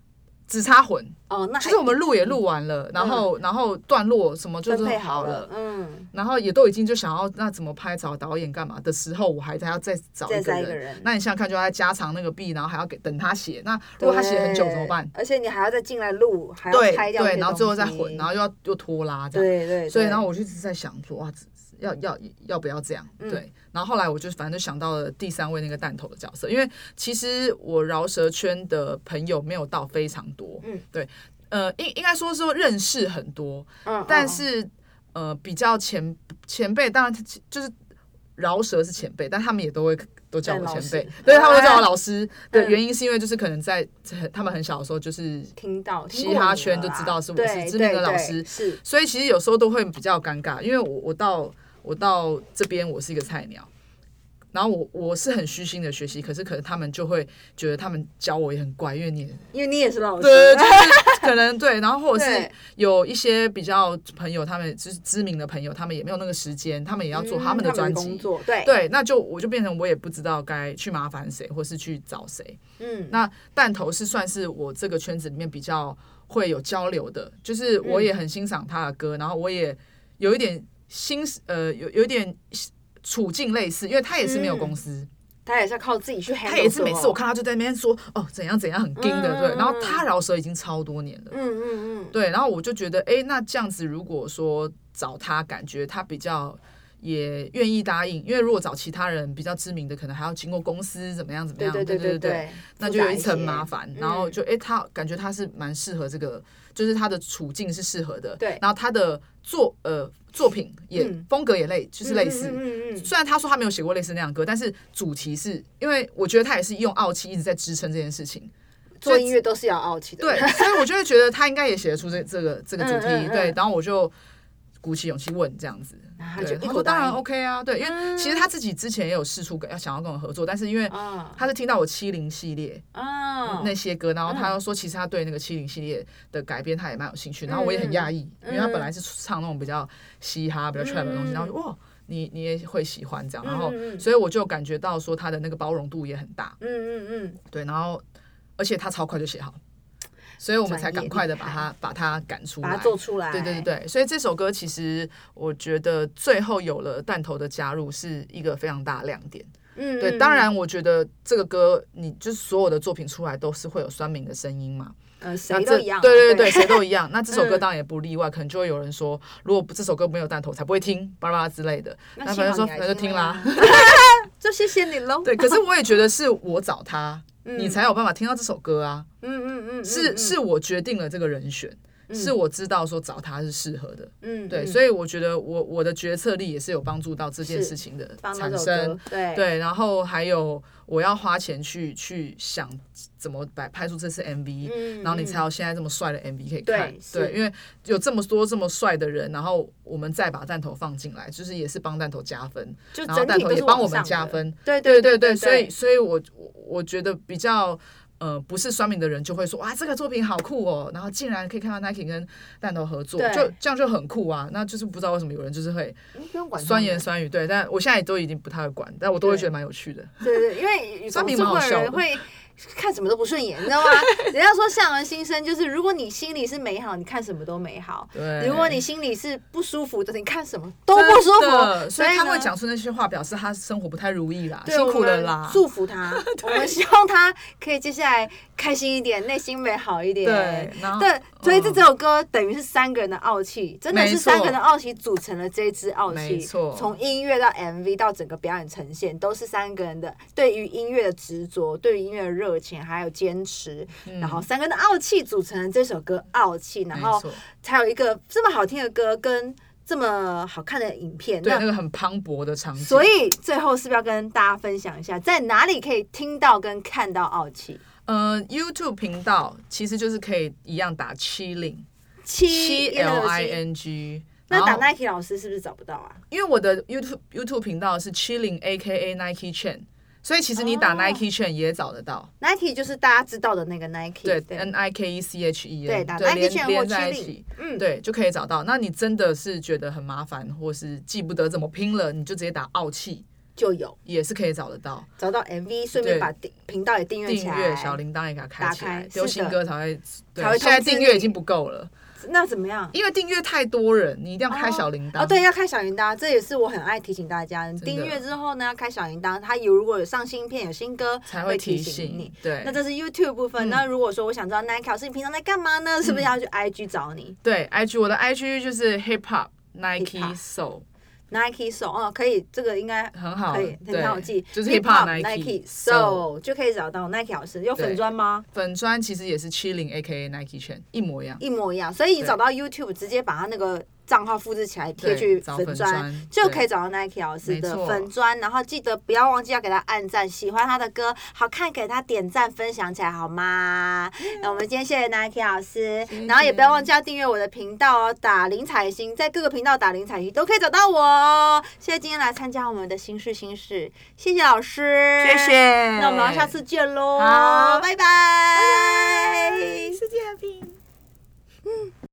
S2: 只差混，
S1: 哦，那嗯
S2: 就是我们录也录完了，然后然后段落什么就
S1: 分
S2: 是
S1: 配
S2: 好
S1: 了
S2: 了，，
S1: 嗯，
S2: 然后也都已经就想要那怎么拍找导演干嘛的时候，我还得要再找
S1: 再
S2: 一个
S1: 塞一个
S2: 人。
S1: 人。
S2: 那你想想看，就要再加长那个 B，然后还要给等他写。那如果他写很久
S1: 对
S2: 怎么办？？
S1: 而且你还要再进来录，还要
S2: 对
S1: 拆掉一些
S2: 对，然后最后再
S1: 东西
S2: 混，然后又要又拖拉这样。
S1: 对对，
S2: 所以，
S1: 对
S2: 然后我就一直在想说，哇，要要要不要这样？
S1: 嗯
S2: 对。然后后来我就反正就想到了第三位那个弹头的角色，因为其实我饶舌圈的朋友没有到非常多，
S1: 嗯，
S2: 对，呃，应应该说是说认识很多，
S1: 嗯，
S2: 但
S1: 嗯
S2: 是呃，比较前前辈，当然他就是饶舌是前辈，但他们也都会都叫我
S1: 但老
S2: 前辈
S1: 师，
S2: 对他 们都叫我
S1: 哎
S2: 老师。对，
S1: 嗯
S2: 原因是因为就是可能在他们很小的时候就是
S1: 听到听
S2: 嘻
S1: 过
S2: 哈
S1: 你
S2: 圈
S1: 了
S2: 就
S1: 啦
S2: 知道是我
S1: 对
S2: 是知
S1: 对
S2: 名的老
S1: 对
S2: 师
S1: 是
S2: 所以其实有时候都会比较尴尬，因为我我到我到这边我是一个菜鸟，然后我我是很虚心的学习，可是可能他们就会觉得他们教我也很怪，因为你
S1: 因为你也是老师，
S2: 对，就是可能对，然后或者是
S1: 对
S2: 有一些比较朋友，他们就是知名的朋友，他们也没有那个时间，他们也要做
S1: 嗯
S2: 他们的专
S1: 工
S2: 辑。
S1: 作，对，
S2: 对，那就我就变成我也不知道该去麻烦谁，或是去找谁。
S1: 嗯，
S2: 那弹头是算是我这个圈子里面比较会有交流的，就是
S1: 嗯
S2: 我也很欣赏他的歌，然后我也有一点心呃有有一点处境类似，因为他也是没有公司，
S1: 他也是要靠自己去 handle，
S2: 他也是
S1: 嗯所有
S2: 每次我，看他就在那边说哦怎样怎样很硬的，
S1: 嗯
S2: 对，然后
S1: 嗯
S2: 他饶舌已经超多年了，
S1: 嗯嗯嗯，
S2: 对，然后我就觉得哎、诶那这样子如果说找他，感觉他比较。也愿意答应，因为如果找其他人比较知名的，可能还要经过公司怎么样怎么
S1: 对
S2: 样，
S1: 对
S2: 对
S1: 对
S2: 对，
S1: 对，
S2: 那
S1: 复
S2: 就有
S1: 杂
S2: 一层
S1: 些
S2: 麻烦。
S1: 嗯
S2: 然后就诶，他感觉他是蛮适合这个，就是他的处境是适合的。
S1: 对
S2: 然后他的作呃作品也、
S1: 嗯
S2: 风格也类，就是类似。
S1: 嗯嗯嗯嗯
S2: 虽然他说他没有写过类似那样的歌，但是主题是因为我觉得他也是用傲气一直在支撑这件事情。
S1: 嗯，做音乐都是要傲气的，
S2: 对， 所以我就会觉得他应该也写得出这这个这个主题。
S1: 嗯嗯嗯
S2: 对，然后我就鼓起勇气问这样子。
S1: 然后他就
S2: 对，
S1: 一
S2: 他
S1: 口
S2: 说当然
S1: 答应，嗯
S2: OK 啊，对，因为其实他自己之前也有试出跟要想要跟我合作，但是因为
S1: 啊
S2: 他是听到我七零系列，
S1: 啊，
S2: 那些歌，然后他又说，其实他对那个七零系列的改编他也蛮有兴趣，然后我也很
S1: 嗯
S2: 讶异，因为他本来是唱那种比较嘻哈、比较 trap 的东西，然后就哇，你你也会喜欢这样，然后
S1: 嗯嗯嗯嗯
S2: 所以我就感觉到说他的那个包容度也很大，
S1: 嗯嗯
S2: 对，然后而且他超快就写好，所以我们才
S1: 专业
S2: 赶快的把
S1: 厉害
S2: 他把他赶出
S1: 嗯，把
S2: 来
S1: 它。做出来，
S2: 对对对对，所以这首歌其实我觉得最后有了弹头的加入是一个非常大的亮点。
S1: 嗯，嗯，
S2: 对，
S1: 嗯
S2: 当，然我觉得这个歌，你就是所有的作品出来都是会有酸民的声音嘛，
S1: 呃，
S2: 那
S1: 谁
S2: 这
S1: 都一样，
S2: 对对对，谁都一样。那这首歌
S1: 嗯
S2: 当然也不例外，可能就会有人说，如果不这首歌没有弹头，才不会听，巴拉巴拉之类的。
S1: 那
S2: 那
S1: 幸
S2: 反正
S1: 好
S2: 说
S1: 你还
S2: 那就
S1: 听
S2: 听
S1: 啦
S2: 啦。
S1: 就谢谢你喽，
S2: 对，可是我也觉得是我找他，
S1: 嗯
S2: 你才有办法听到这首歌啊，
S1: 嗯嗯嗯嗯，
S2: 是
S1: 嗯
S2: 是我决定了这个人选。是我知道说找他是适合的。
S1: 嗯，
S2: 对，
S1: 嗯
S2: 所以我觉得我我的决策力也是有帮助到这件
S1: 是
S2: 事情的
S1: 帮
S2: 产
S1: 那首
S2: 生
S1: 歌。，对
S2: 对，然后还有我要花钱去去想怎么摆拍出这次 MV，、
S1: 嗯
S2: 然后你才
S1: 嗯
S2: 有现在这么帅的 MV 可以看
S1: 对。是
S2: 对，因为有这么多这么帅的人，然后我们再把弹头放进来，就是也是帮弹头加分，
S1: 就
S2: 然后
S1: 整
S2: 弹
S1: 体
S2: 头
S1: 都
S2: 也
S1: 是
S2: 帮
S1: 往
S2: 我
S1: 上
S2: 们
S1: 的
S2: 加，分。
S1: 对
S2: 对
S1: 对
S2: 对对，所以所以我我我觉得比较。呃，不是酸民的人就会说哇，这个作品好酷哦，然后竟然可以看到 Nike 跟弹头合作，
S1: 对
S2: 就这样就很酷啊。那就是不知道为什么有人就是会
S1: 嗯不用管他
S2: 酸
S1: 们
S2: 言酸语，对，但我现在都已经不太会管，但我都会
S1: 对
S2: 觉得蛮有趣的。
S1: 对对，因为总
S2: 酸民
S1: 中
S2: 蛮好
S1: 国
S2: 笑的
S1: 人会看什么都不顺眼，你知 道吗？人家说相由心生，就是如果你心里是美好，你看什么都美好；
S2: 对，
S1: 如果你心里是不舒服的，你看什么都不舒
S2: 真
S1: 服。
S2: 的所以他
S1: 呢
S2: 会讲出那些话，表示他生活不太如意啦，
S1: 对
S2: 辛苦
S1: 我
S2: 了
S1: 们
S2: 啦。
S1: 祝福 他，我们希望他可以接下来开心一点，内心美好一点。
S2: 对，然后
S1: 对，所以这
S2: 嗯
S1: 首歌等于是三个人的傲气，真的
S2: 没
S1: 是
S2: 错
S1: 三个人的傲气组成了这支傲
S2: 没
S1: 气。
S2: 错
S1: 从音乐到 MV 到整个表演呈现，都是三个人的对于音乐的执着、对于音乐的热情还有坚持，
S2: 嗯
S1: 然后三个人的傲气组成了这首歌《傲气》，然
S2: 没
S1: 后
S2: 错，
S1: 才有一个这么好听的歌跟这么好看的影片。
S2: 对
S1: 那
S2: 那个很磅礴的场景，
S1: 所以最后是不是要跟大家分享一下，在哪里可以听到跟看到傲气？
S2: 呃，YouTube 频道其实就是可以一样打 Chilling
S1: 七
S2: T L I。N G，
S1: 那打
S2: 然后
S1: Nike 老师是不是找不到啊？
S2: 因为我的 YouTube YouTube 频道是 Chilling A K A Nike Chain，所以其实你打
S1: 哦
S2: Nike Chain 也找得到，
S1: Nike 就是大家知道的那个 Nike，
S2: 对，N I K E C H E
S1: 对
S2: N，
S1: 打
S2: 对
S1: Nike
S2: 连
S1: Chain 或
S2: 连在一
S1: Chilling
S2: 起，
S1: 嗯，
S2: 对，就可以找到。那你真的是觉得很麻烦，或是记不得怎么拼了，你就直接打傲气。
S1: 就有
S2: 也是可以找得到，
S1: 找到 MV，顺便
S2: 对
S1: 把订频道也订阅
S2: 订
S1: 起来。
S2: 阅小铃铛也给它开
S1: 打
S2: 起来
S1: 开，
S2: 丢
S1: 是
S2: 新
S1: 的
S2: 歌才会。对
S1: 才会，
S2: 现在
S1: 通知
S2: 订阅已
S1: 你
S2: 经不够了，
S1: 那怎么样？
S2: 因为订阅太多人，你一定要开小铃铛。
S1: 哦，对，要开小铃铛，这也是我很爱提醒大家。订阅之后呢，要开小铃铛，它有如果有上新片、有新歌，
S2: 才
S1: 会
S2: 会提
S1: 醒
S2: 醒
S1: 你。。
S2: 对，嗯
S1: 那这是 YouTube 部分。那如果说我想知道 Nike 老师你平常在干嘛呢？是不是要去 IG 找你
S2: 对，IG 我的 IG 就是 Hip Hop Nike
S1: Hip-hop
S2: Soul，
S1: Nike Soul？哦，可以，这个应该
S2: 很好，
S1: 可以，
S2: 对，
S1: 很好记。
S2: 就是
S1: Hip
S2: Hip
S1: Hop
S2: Hop Nike Soul。
S1: Soul 就可以找到 Nike 老师。有粉
S2: 对
S1: 砖吗？
S2: 粉砖其实也是七零 AKA Nike 圈一模一样，
S1: 一模一样，所以你
S2: 对
S1: 找到 YouTube 直接把它那个账号复制起来贴
S2: 对
S1: 去
S2: 找
S1: 粉
S2: 粉
S1: 砖
S2: 专，
S1: 就
S2: 对
S1: 可以找到 Nike 老师
S2: 没
S1: 的
S2: 错
S1: 粉砖。然后记得不要忘记要给他按赞，喜欢他的歌，好看给他点赞分享起来好吗？那我们今天谢谢 Nike 老师，
S2: 嗯谢
S1: 然后也
S2: 谢
S1: 不要忘记要订阅我的频道哦，打林采欣，在各个频道打林采欣都可以找到我哦。谢谢今天来参加我们的新事新事，谢谢老师，。
S2: 谢
S1: 那我们下次见喽，
S2: 好
S1: 拜拜，拜拜。
S2: 世界和平。